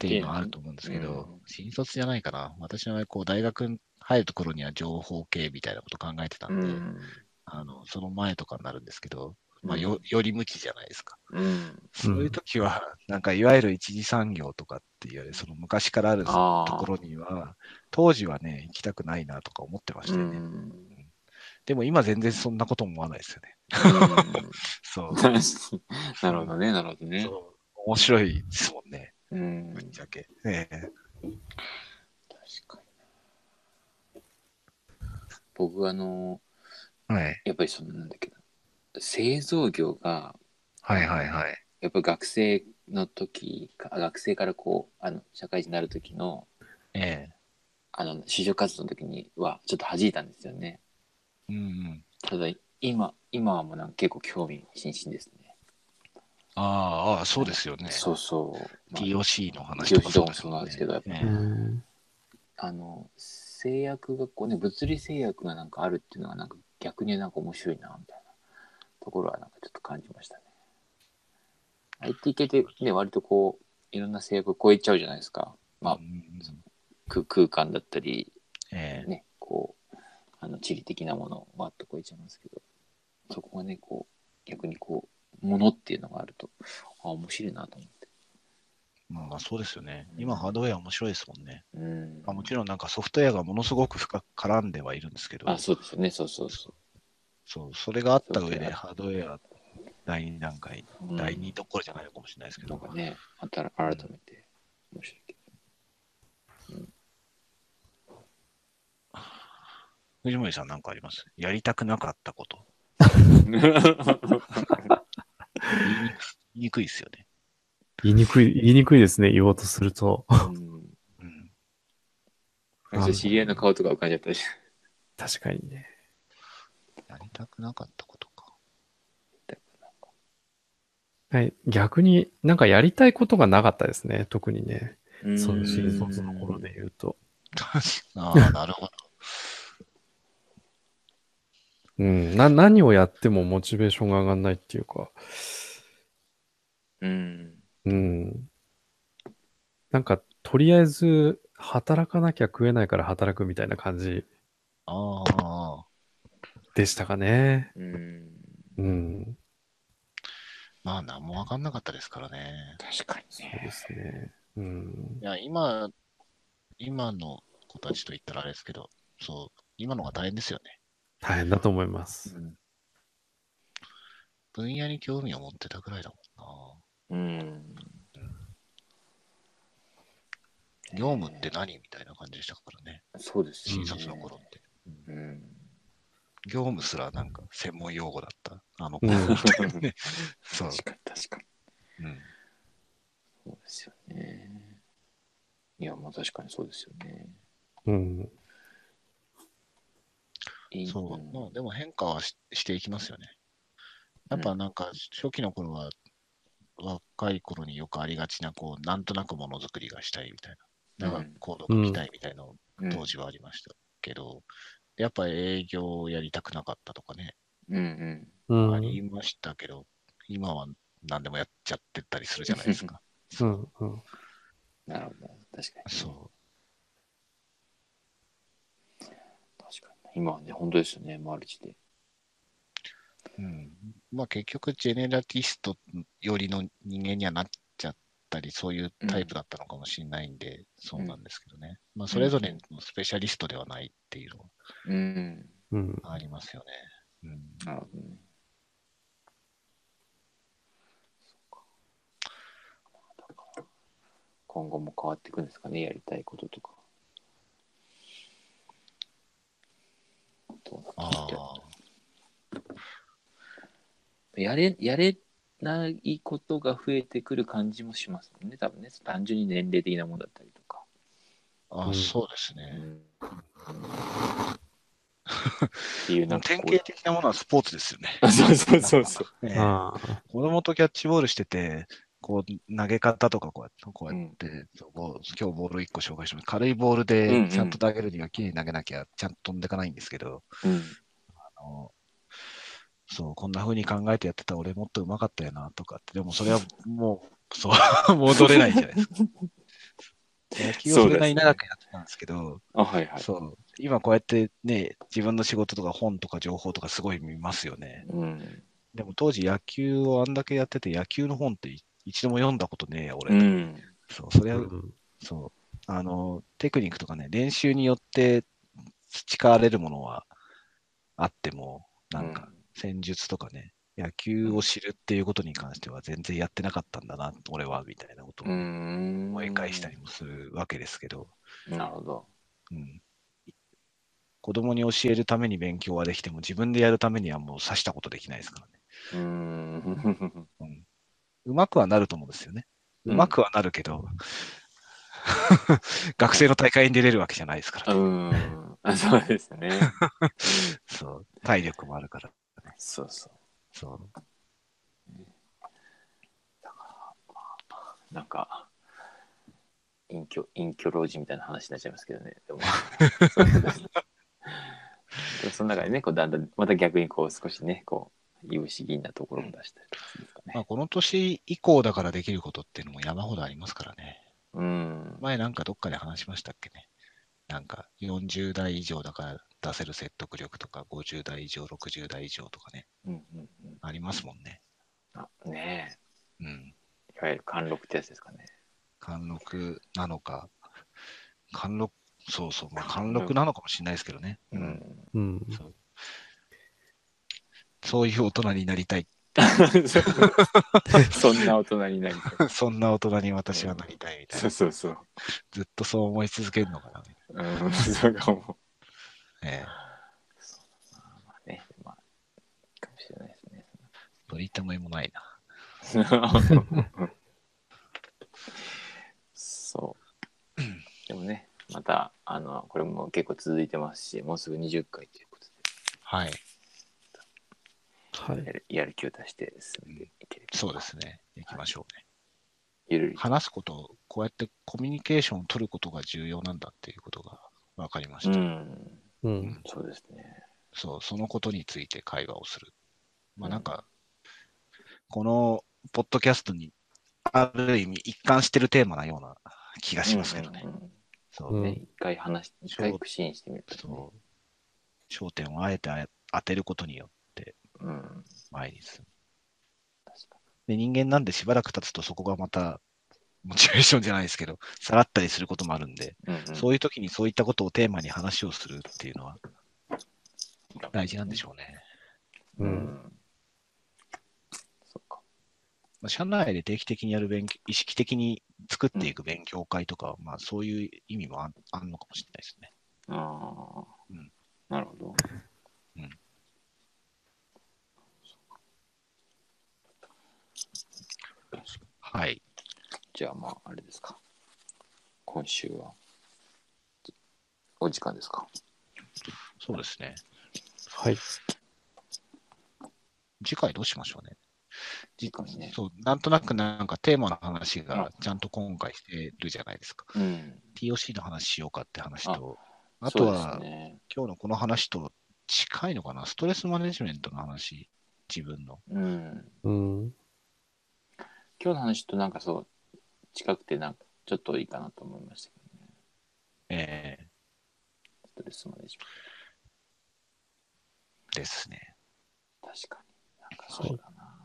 Speaker 1: ていうのはあると思うんですけど、
Speaker 2: うん
Speaker 1: 新卒じゃないかな。私の場合こう、大学に入るところには情報系みたいなこと考えてた
Speaker 2: うん
Speaker 1: で、
Speaker 2: ん。
Speaker 1: あの、その前とかになるんですけど、まあ、
Speaker 2: うん
Speaker 1: よ、より無知じゃないですか。
Speaker 2: うん。
Speaker 1: そういう時は、なんか、いわゆる一次産業とかっていうより、その昔からあると
Speaker 2: ああ。
Speaker 1: ころには、当時はね、行きたくないなとか思ってまし
Speaker 2: う
Speaker 1: た
Speaker 2: ん。
Speaker 1: よ
Speaker 2: う
Speaker 1: ね。
Speaker 2: ん
Speaker 1: でも今全然そんなことも思わないですよね。そう。
Speaker 2: なるほどね、なるほどね。
Speaker 1: そう面白いですもんね、
Speaker 2: うん。
Speaker 1: ぶっちゃけ。ええ
Speaker 2: 確かに僕あの
Speaker 1: はい。
Speaker 2: やっぱりそのなんだっけな製造業が
Speaker 1: はいはいはい。
Speaker 2: やっぱ学生の時か学生からこうあの社会人になる時の
Speaker 1: ええ
Speaker 2: あの就職活動の時にはちょっと弾いたんですよね
Speaker 1: うんうん。
Speaker 2: ただ今今はもうなんか結構興味津々ですね
Speaker 1: ああああ、そうですよね。
Speaker 2: そうそう、まあ
Speaker 1: TOC の話とか
Speaker 2: TOC とかも
Speaker 1: です
Speaker 2: そ
Speaker 1: よ
Speaker 2: う
Speaker 1: ね
Speaker 2: なんですけど、やっぱ
Speaker 1: え
Speaker 3: う
Speaker 1: え
Speaker 3: ん
Speaker 2: あの製薬がこうね物理製薬がなんかあるっていうのがなんか逆になんか面白いなみたいなところはなんかちょっと感じましたね IT 系ってね割とこういろんな制約を超えちゃうじゃないですか、まあ
Speaker 1: うん、うん
Speaker 2: 空空間だったり
Speaker 1: ええ
Speaker 2: ねこうあの地理的なものをわっと超えちゃいますけどそこがねこう逆にこうものっていうのがあるとあ面白いなと思って
Speaker 1: まあまあそうですよね。今ハードウェア面白いですもんね。
Speaker 2: うん
Speaker 1: まあ、もちろんなんかソフトウェアがものすごく深く絡んではいるんですけど、
Speaker 2: あそうですよねそうそうそ
Speaker 1: そう、それがあった
Speaker 2: ソ
Speaker 1: 上
Speaker 2: フトウェ
Speaker 1: で
Speaker 2: ア
Speaker 1: ハードウェア第2段階、
Speaker 2: う、うん
Speaker 1: 第2どころじゃないのかもしれないですけ
Speaker 2: な
Speaker 1: ど、
Speaker 2: んかね、あたら改めて面白いけ
Speaker 1: 藤森さんなんかありますやりたくなかったこと。
Speaker 2: ど。
Speaker 1: 言いにく言いにくいですよね。
Speaker 3: 言いにくい、言いにくいですね、言おうとすると。
Speaker 2: うん
Speaker 1: うん。
Speaker 2: なんか知り合いの顔とか浮かんじゃったりし
Speaker 3: 確かにね。
Speaker 1: やりたくなかったことか。
Speaker 3: はい。逆になんかやりたいことがなかったですね、特にね。
Speaker 2: て。
Speaker 3: その新卒の頃で言うと。
Speaker 1: あ あ、なるほど。
Speaker 3: うん。な、何をやってもモチベーションが上がんないっていうか。
Speaker 2: うん。
Speaker 3: うん。なんか、とりあえず、働かなきゃ食えないから働くみたいな感じ
Speaker 1: ああ、
Speaker 3: でしたかね。
Speaker 2: うん。
Speaker 3: うん。
Speaker 1: まあ何もわかんなかったですからね。
Speaker 2: 確かに
Speaker 3: そうで
Speaker 2: ね。
Speaker 3: すね。うん
Speaker 1: い。や、今、今の子たちと言ったらあれですけど、そう、今のが大変ですよね。
Speaker 3: 大変だと思います。
Speaker 1: 分野に興味を持ってたぐらいだも
Speaker 2: うん。
Speaker 1: んな。業務って何みたいな感じでしたからね、
Speaker 2: そうですよ
Speaker 1: 新
Speaker 2: ね。
Speaker 1: 卒の頃って。
Speaker 2: うん。
Speaker 1: 業務すらなんか専門用語だった。あの
Speaker 3: う
Speaker 1: 子
Speaker 3: ん。
Speaker 1: ね。 そう。
Speaker 2: 確かに確かに。
Speaker 1: うん
Speaker 2: そうですよね。いや、まあ確かにそうですよね。
Speaker 3: うん。
Speaker 2: いい
Speaker 1: そう。まあでも変化はししていきますよね。
Speaker 2: う
Speaker 1: や
Speaker 2: ん
Speaker 1: っぱなんか初期の頃は、若い頃によくありがちな、こう、なんとなくものづくりがしたいみたいな。だか
Speaker 2: う
Speaker 1: ら
Speaker 2: ん
Speaker 1: コード書きたいみたいなのを
Speaker 2: うん
Speaker 1: 当時はありましたけど、やっぱ営業をやりたくなかったとかね、
Speaker 2: うんうん。
Speaker 3: うん。
Speaker 1: ありましたけど、今は何でもやっちゃってたりするじゃないですか。
Speaker 3: うん。うん。
Speaker 2: なるほど。確かに。
Speaker 1: そ
Speaker 2: 確かに。今はね、本当ですよね。マルチで。
Speaker 1: う。うん、まあ結局、ジェネラティストよりの人間にはなっちゃったり、そういうタイプだったのかもしれないんで、そうなんですけどね。まあそれぞれのスペシャリストではないっていうの
Speaker 2: うん。
Speaker 3: うん。
Speaker 1: はありますよね。うん、
Speaker 2: なるほどね。そうか。だから今後も変わっていくんですかね、やりたいこととか。どうなってき
Speaker 1: あ
Speaker 2: てやれ、やれないことが増えてくる感じもしますもんね、多分ね。単純に年齢的なものだったりとか。
Speaker 1: あ、
Speaker 3: うん
Speaker 1: そうですね。
Speaker 2: っていう、なんか
Speaker 1: 典
Speaker 2: こう。
Speaker 1: 型的なものはスポーツですよね。
Speaker 2: あそうそうそうそう。
Speaker 1: ね
Speaker 3: あ
Speaker 1: 子供とキャッチボールしてて、こう投げ方とかこうやって、こうやって、こう今日ボール1個紹介しても軽いボール
Speaker 2: うんう
Speaker 1: で
Speaker 2: ん
Speaker 1: ちゃんと投げるには綺麗に投げなきゃちゃんと飛んでかないんですけど、
Speaker 2: うん
Speaker 1: あのそう、こんな風に考えてやってた俺もっと上手かったよなとかって、でもそれはもう、そう、 戻れないじゃないです か。野球をそれなり長くやってたんですけど、
Speaker 2: あ、はいはい。
Speaker 1: そう、今こうやってね、自分の仕事とか本とか情報とかすごい見ますよね。
Speaker 2: うん。
Speaker 1: でも当時野球をあんだけやってて、野球の本ってい一度も読んだことねえよ、
Speaker 2: う
Speaker 1: 俺。
Speaker 2: ん。
Speaker 1: そう、そ
Speaker 3: あ
Speaker 1: れ
Speaker 3: う
Speaker 1: は、
Speaker 3: ん
Speaker 1: そう、あの、テクニックとかね、練習によって培われるものはあっても、なんか戦術とかね、野球を知るっていうことに関しては全然やってなかったんだな、俺は、みたいなことを
Speaker 2: うん。うん。
Speaker 1: 思い返したりもするわけですけど、
Speaker 2: なるほど。
Speaker 1: うん。子供に教えるために勉強はできても、自分でやるためにはもうさしたことできないですからね。
Speaker 2: うん。
Speaker 1: うん。うまくはなると思うんですよね。
Speaker 2: うん
Speaker 1: うまくはなるけど、 学生の大会に出れるわけじゃないですから、
Speaker 2: う
Speaker 1: ね
Speaker 2: ん。あそうです ね。
Speaker 1: そう。体力もあるから。
Speaker 2: そうそ。
Speaker 1: そう
Speaker 2: なんか、隠居、隠居老人みたいな話になっちゃいますけどね。 でも、でもその中でね、こうだんだん、また逆にこう少しね、こう、いぶし銀なところも出したりとかするんですか
Speaker 1: う。ま
Speaker 2: ね。
Speaker 1: あ、この年以降だからできることっていうのも山ほどありますからね。
Speaker 2: うん。
Speaker 1: 前なんかどっかで話しましたっけね。なんか40代以上だから出せる説得力とか、50代以上、60代以上とかね、
Speaker 2: うんうんうん。
Speaker 1: ありますもんね。
Speaker 2: あね
Speaker 1: うん。
Speaker 2: え、いわゆる貫禄ってやつですかね。
Speaker 1: 貫禄なのか、貫禄、そうそう、まあ、貫禄なのかもしれないですけどね。うん。
Speaker 3: うん。
Speaker 1: そうそういう大人になり たい。
Speaker 2: そんな大人になりたい。
Speaker 1: そんな大人に私はなりたいみたい
Speaker 2: そ
Speaker 1: な
Speaker 2: う。そうそう。
Speaker 1: ずっとそう思い続けるのかな。
Speaker 2: うん、そうかも。
Speaker 1: ええ
Speaker 2: まあね、まあ、かもしれないですね。
Speaker 1: どりたもいもないな。
Speaker 2: そう。でもね、また、あの、これも結構続いてますし、もうすぐ20回ということ
Speaker 1: はい。
Speaker 3: は
Speaker 2: で、や
Speaker 3: い。
Speaker 2: るやる気を出して進んでいければ、
Speaker 1: そうですね。行きましょうね。
Speaker 2: ゆるりと。
Speaker 1: 話すこと、こうやってコミュニケーションを取ることが重要なんだっていうことが分かりまし
Speaker 2: う
Speaker 1: た。
Speaker 2: ん、
Speaker 3: うん。
Speaker 2: そうですね。
Speaker 1: そう、そのことについて会話をする。ま
Speaker 2: う
Speaker 1: あ
Speaker 2: ん
Speaker 1: なんか、このポッドキャストにある意味一貫してるテーマなような気がしますけどね
Speaker 2: う。んうん。
Speaker 1: そううん
Speaker 3: ん
Speaker 2: ね、一回話し、一回苦心してみると、ね。
Speaker 1: そう。焦点をあえてあ当てることによって
Speaker 2: うん。
Speaker 1: 前に進む。
Speaker 2: 確か
Speaker 1: で、人間なんでしばらく経つとそこがまた、モチベーションじゃないですけど、さらったりすることもあるんで、
Speaker 2: に。うんうん
Speaker 1: そういう時にそういったことをテーマに話をするっていうのは大事なんでしょうね。
Speaker 3: う。
Speaker 2: うんん。そうか。
Speaker 1: まあ、社内で定期的にやる勉強、意識的に作っていく勉強会とかは、まあそういう意味もあんあんのかもしれないですね。
Speaker 2: ああ、
Speaker 1: うん
Speaker 2: なるほど。
Speaker 1: うん
Speaker 2: 確かに
Speaker 1: はい。
Speaker 2: じゃあまあ、あれですか。今週は、お時間ですか。
Speaker 1: そうですね。
Speaker 3: はい。
Speaker 1: 次回どうしましょうね。
Speaker 2: 次回ね
Speaker 1: そう、なんとなくなんかテーマの話がちゃんと今回してるじゃないですか。
Speaker 2: うん。
Speaker 1: TOC の話しようかって話と、あ
Speaker 2: あ
Speaker 1: とは、
Speaker 2: ね、
Speaker 1: 今日のこの話と近いのかな、ストレスマネジメントの話、自分の。
Speaker 2: うん。
Speaker 3: うん。
Speaker 2: 今日の話となんかそう、近くてなんか、ちょっといいかなと思いましたけどね。
Speaker 1: え
Speaker 2: ストレスマネジメン
Speaker 1: ーですね。
Speaker 2: ト。確かに。なんかそうだな。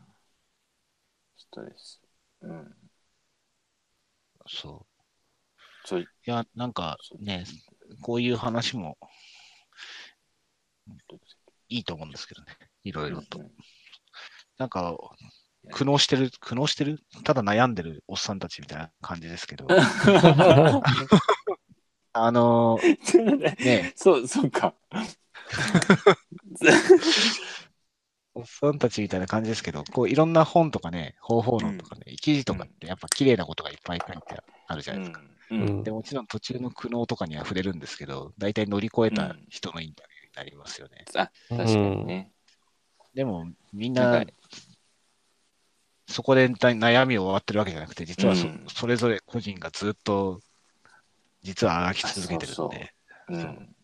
Speaker 2: ストレス。うん。
Speaker 1: そ
Speaker 2: そういう
Speaker 1: う。いや、なんかね、こういう話も
Speaker 2: ことです
Speaker 1: いいと思うんですけどね、いろいろと
Speaker 2: う。ん
Speaker 1: なんか、苦悩してる、苦悩してる、ただ悩んでるおっさんたちみたいな感じですけ ど、あのー ね、
Speaker 2: そう、そうか。
Speaker 1: さんたちみたいな感じですけど、こういろんな本とかね、方法論とかね、記事とかってやっぱ綺麗なことがいっぱい書いてあるじゃないですか。
Speaker 2: うんうん
Speaker 1: で、もちろん途中の苦悩とかには触れるんですけど、大体乗り越えた人のインタビューになりますよね。
Speaker 2: あ、確かにね。
Speaker 1: でも、みん
Speaker 2: な
Speaker 1: なん
Speaker 2: か、
Speaker 1: そこで悩みを終わってるわけじゃなくて、実はそ,、
Speaker 2: うん
Speaker 1: それぞれ個人がずっと、実はあがき続けてるんで。
Speaker 2: あそうそううん。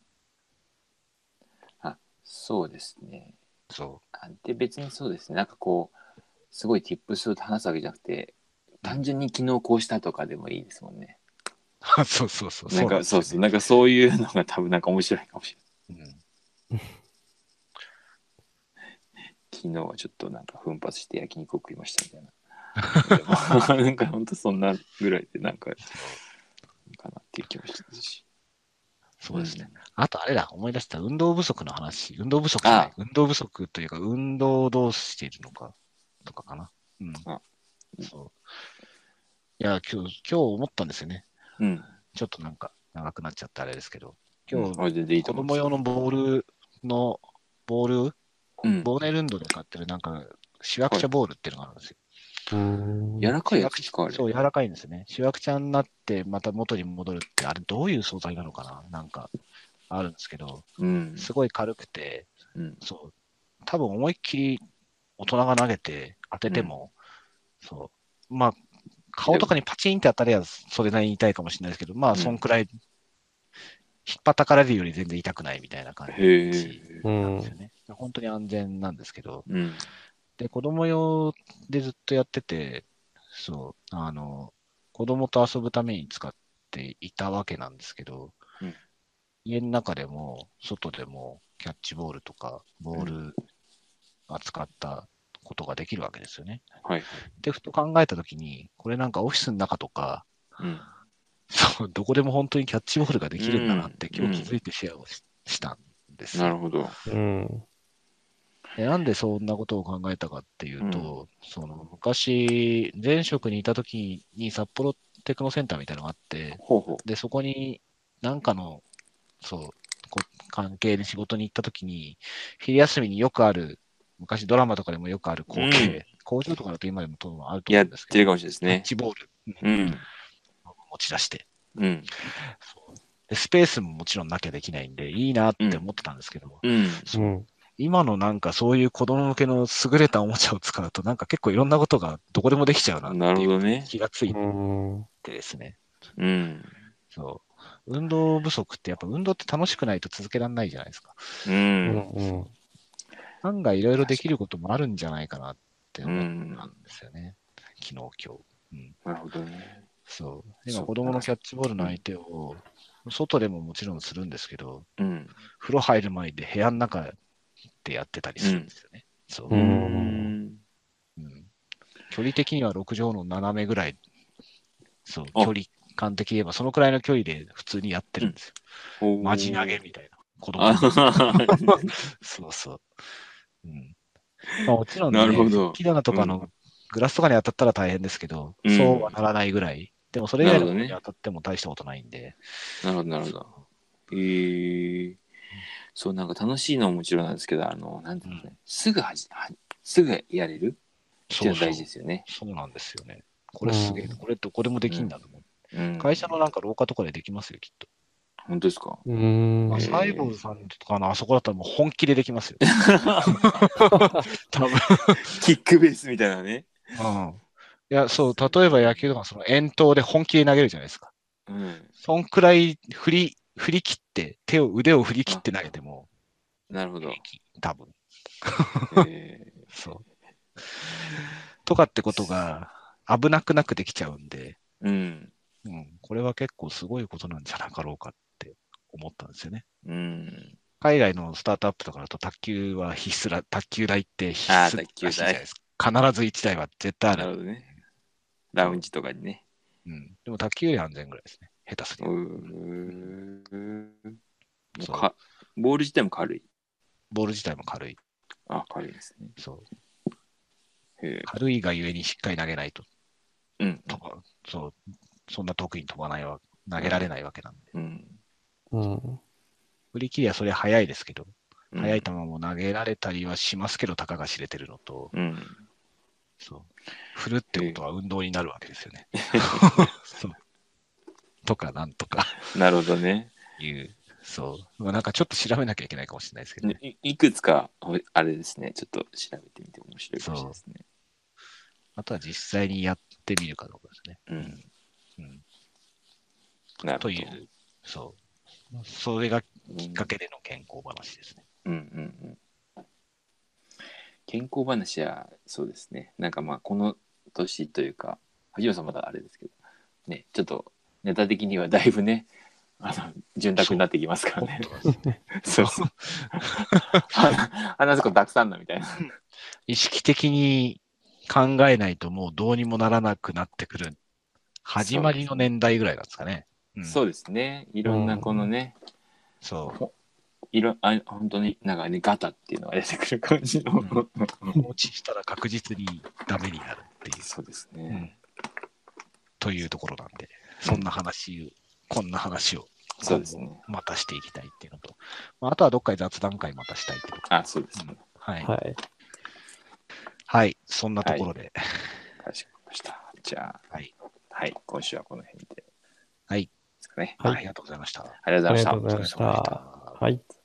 Speaker 2: あ、そうですね。
Speaker 1: そ
Speaker 2: あで、別にそうですね。なんかこう、すごい tips を話すわけじゃなくて、単純に昨日こうしたとかでもいいですもんね。
Speaker 1: うそう そうそう。
Speaker 2: なんかそうそう、なんかそういうのが多分なんか面白いかもしれない。
Speaker 1: うん
Speaker 2: 昨日はちょっとなんか奮発して焼肉を食いまし たみたいな。でもなんか本当そんなぐらいでなんか、かなっていう気もしたし。
Speaker 1: そうですね。あとあれだ、思い出した運動不足の話。運動不足じゃない
Speaker 2: あ
Speaker 1: 運動不足というか、運動をどうしているのか、とかかな。うん
Speaker 2: あ。
Speaker 1: そう。いや、今日、今日思ったんですよね。
Speaker 2: うん。うん。
Speaker 1: ちょっとなんか長くなっちゃったあれですけど。今
Speaker 2: 今
Speaker 1: 日
Speaker 2: 日、、全然いいと
Speaker 1: 子
Speaker 2: 思う。
Speaker 1: 供用のボールの、ボール、
Speaker 2: うん。
Speaker 1: ボーネルンドで買ってるなんか、シワクチャボールっていうのがあるんですよ。
Speaker 3: うん
Speaker 2: 柔らかいやつですかあれ。
Speaker 1: そう、柔らかいんですよね。シワクチャになって、また元に戻るって、あれどういう素材なのかななんか、あるんですけど、
Speaker 2: うん。
Speaker 1: すごい軽くて、
Speaker 2: うん。
Speaker 1: そう、多分思いっきり大人が投げて当てても、そう、まあ、顔とかにパチンって当たりはそれなりに痛いかもしれないですけど、ま
Speaker 2: う
Speaker 1: あ、
Speaker 2: ん
Speaker 1: そんくらい、引っ叩かれるより全然痛くないみたいな感
Speaker 2: へ
Speaker 1: じ
Speaker 2: え。
Speaker 1: なんですよね。本当に安全なんですけど、
Speaker 2: うん。
Speaker 1: で、子供用でずっとやってて、そう、あの、子供と遊ぶために使っていたわけなんですけど、
Speaker 2: うん
Speaker 1: 家の中でも、外でも、キャッチボールとか、ボール扱ったことができるわけですよね。
Speaker 2: はいはい。
Speaker 1: で、ふと考えたときに、これなんかオフィスの中とか、
Speaker 2: うん。
Speaker 1: そう、どこでも本当にキャッチボールができるんだなって、
Speaker 2: うん
Speaker 1: 今日気づいてシェアをししたんですよ
Speaker 2: なるほど。
Speaker 3: うん。
Speaker 1: でなんでそんなことを考えたかっていうと、その昔、前職にいた時に札幌テクノセンターみたいなのがあって、
Speaker 2: ほうほ
Speaker 1: で、そこになんかの、そう、こ関係で仕事に行った時に、昼休みによくある、昔ドラマとかでもよくある光景、
Speaker 2: うん
Speaker 1: 工場とかだと今でも多分ある
Speaker 2: う。
Speaker 1: と思
Speaker 2: や
Speaker 1: う
Speaker 2: っ
Speaker 1: んです
Speaker 2: て
Speaker 1: けど、
Speaker 2: るかもしれないです
Speaker 1: キャッ
Speaker 2: ね。
Speaker 1: チボール
Speaker 2: うん。
Speaker 1: を持ち出して、
Speaker 2: うん。
Speaker 1: そうで、スペースももちろんなきゃできないんで、いいなって思ってたんですけども、
Speaker 2: うん。
Speaker 3: うん。
Speaker 1: 今のなんかそういう子供向けの優れたおもちゃを使うと、なんか結構いろんなことがどこでもできちゃうな
Speaker 2: な
Speaker 1: っ
Speaker 2: る
Speaker 1: て
Speaker 2: ほ
Speaker 1: いう
Speaker 2: どね。
Speaker 1: 気がつい
Speaker 3: うん。
Speaker 1: てですね。
Speaker 2: うん。
Speaker 1: そう。運動不足ってやっぱ運動って楽しくないと続けられないじゃないですか。
Speaker 2: う。
Speaker 3: うんん。
Speaker 1: 案外いろいろできることもあるんじゃないかなって
Speaker 2: う
Speaker 1: 思っ
Speaker 2: ん。
Speaker 1: たんですよね。昨日、今日。
Speaker 2: なるほどね。
Speaker 1: そう。
Speaker 2: そ
Speaker 1: 今
Speaker 2: う
Speaker 1: 子供のキャッチボールの相手を、外でももちろんするんですけど、
Speaker 2: うん。
Speaker 1: 風呂入る前で部屋の中でやってたりするんですよね。そう。
Speaker 3: うん
Speaker 2: うん。
Speaker 1: うん距離的には6畳の斜めぐらい、そう、
Speaker 2: あ
Speaker 1: 距離感的に言えば、そのくらいの距離で普通にやってるんですよ。
Speaker 2: ほう
Speaker 1: マジ投げ。みたいな。子供
Speaker 2: あはは
Speaker 1: そうそう。うん。まあ、もちろん、ね、
Speaker 2: なるほど
Speaker 1: 木棚とかのグラスとかに当たったら大変ですけど、
Speaker 2: うん
Speaker 1: そうはならないぐらい。でも、それ以外のもの
Speaker 2: なるほどね
Speaker 1: に当たっても大したことないんで。
Speaker 2: なるほど、なるほど。へえ。そう、なんか楽しいのはもちろんなんですけど、あの、なんていうのね、すぐはじ、はすぐやれるっていうのは大事ですよね。
Speaker 1: そうそうなんですよね。これすげえな、これどこでもできんだと思う。
Speaker 2: うん
Speaker 1: 会社のなんか廊下とかでできますよ、きっと。
Speaker 2: 本当ですか
Speaker 3: うん。
Speaker 1: まあ、サイボーズさんとかのあそこだったらもう本気でできますよ。多分
Speaker 2: キックベースみたいなね。
Speaker 1: うんいや、そう、例えば野球とか、その遠投で本気で投げるじゃないですか。
Speaker 2: うん。
Speaker 1: そんくらい振り、振り切って、手を、腕を振り切って投げても、
Speaker 2: なるほど。
Speaker 1: 平気多分。
Speaker 2: へえ
Speaker 1: そう。とかってことが、危なくなくできちゃうんで、
Speaker 2: うん。
Speaker 1: うん、これは結構すごいことなんじゃなかろうかって思ったんですよね。
Speaker 2: うん。
Speaker 1: 海外のスタートアップとかだと卓球は必須ら、卓球台って必須
Speaker 2: あ
Speaker 1: ら
Speaker 2: ー
Speaker 1: しい
Speaker 2: 卓球台
Speaker 1: じゃないですか。必ず1台は絶対あ
Speaker 2: なる
Speaker 1: る。
Speaker 2: ほどね。ラウンジとかにね。
Speaker 1: うん。でも卓球より安全ぐらいですね。下手すぎ
Speaker 2: うー
Speaker 1: る。
Speaker 2: ん。もう
Speaker 1: そう
Speaker 2: かボール自体も軽い。
Speaker 1: ボール自体も軽い。
Speaker 2: あ、軽いですね。
Speaker 1: そう。
Speaker 2: へ
Speaker 1: 軽いがゆえにしっかり投げないと、
Speaker 2: え。うん。
Speaker 1: とかそう、そんな遠くに飛ばないわ、投げられないわけなんで。
Speaker 2: うん。
Speaker 3: うん。
Speaker 1: 振り切りはそれ早いですけど、速い球も投げられたりはしますけど、たかが知れてるのと、
Speaker 2: うん。
Speaker 1: そう。振るってことは運動になるわけです よね。そう。とか、なんとか
Speaker 2: なるほどね。
Speaker 1: いう。そう。まあ、なんかちょっと調べなきゃいけないかもしれないですけどね。
Speaker 2: いいくつか、ほいあれですね、ちょっと調べてみて面白いかもしれないですね。
Speaker 1: あとは実際にやってみるかどうかですね。
Speaker 2: うん。
Speaker 1: うん。
Speaker 2: な
Speaker 1: と
Speaker 2: るほど。
Speaker 1: いう、そう。それがき
Speaker 2: うん
Speaker 1: っかけでの健康話ですね。
Speaker 2: うんうんうん。健康話は、そうですね。なんかまあ、この年というか、萩尾さんまだあれですけど、ね、ちょっとネタ的にはだいぶね、あの、潤沢になってきますからね。 そうそう。話話すことたくさんだみたいな。
Speaker 1: 意識的に考えないともうどうにもならなくなってくる。始まりの年代ぐらいなんですかね。うん
Speaker 2: そうですね。いろんなこのね、
Speaker 1: そう。
Speaker 2: いろ、あ、本当になんかね、ガタっていうのが出てくる感じの。
Speaker 1: 放置したら確実にダメになるっていう、
Speaker 2: そうですね。
Speaker 1: というところなんで、そんな話を、こんな話を、
Speaker 2: そうですね。
Speaker 1: またしていきたいっていうのと、まあ、あとはどっかで雑談会またしたいってこと。
Speaker 2: あ、そうです
Speaker 1: う
Speaker 2: ね
Speaker 1: ん。はい。はい。
Speaker 3: はい。
Speaker 1: そんなところで、
Speaker 2: かしこまりました。じゃあ、
Speaker 1: はい。
Speaker 2: はい、今週はこの辺で。
Speaker 1: はい
Speaker 2: ですかね。
Speaker 3: はい
Speaker 1: ありがとうございました。
Speaker 2: ありがとうございました
Speaker 3: ありがとうございました
Speaker 1: お疲れ様でした
Speaker 3: はい。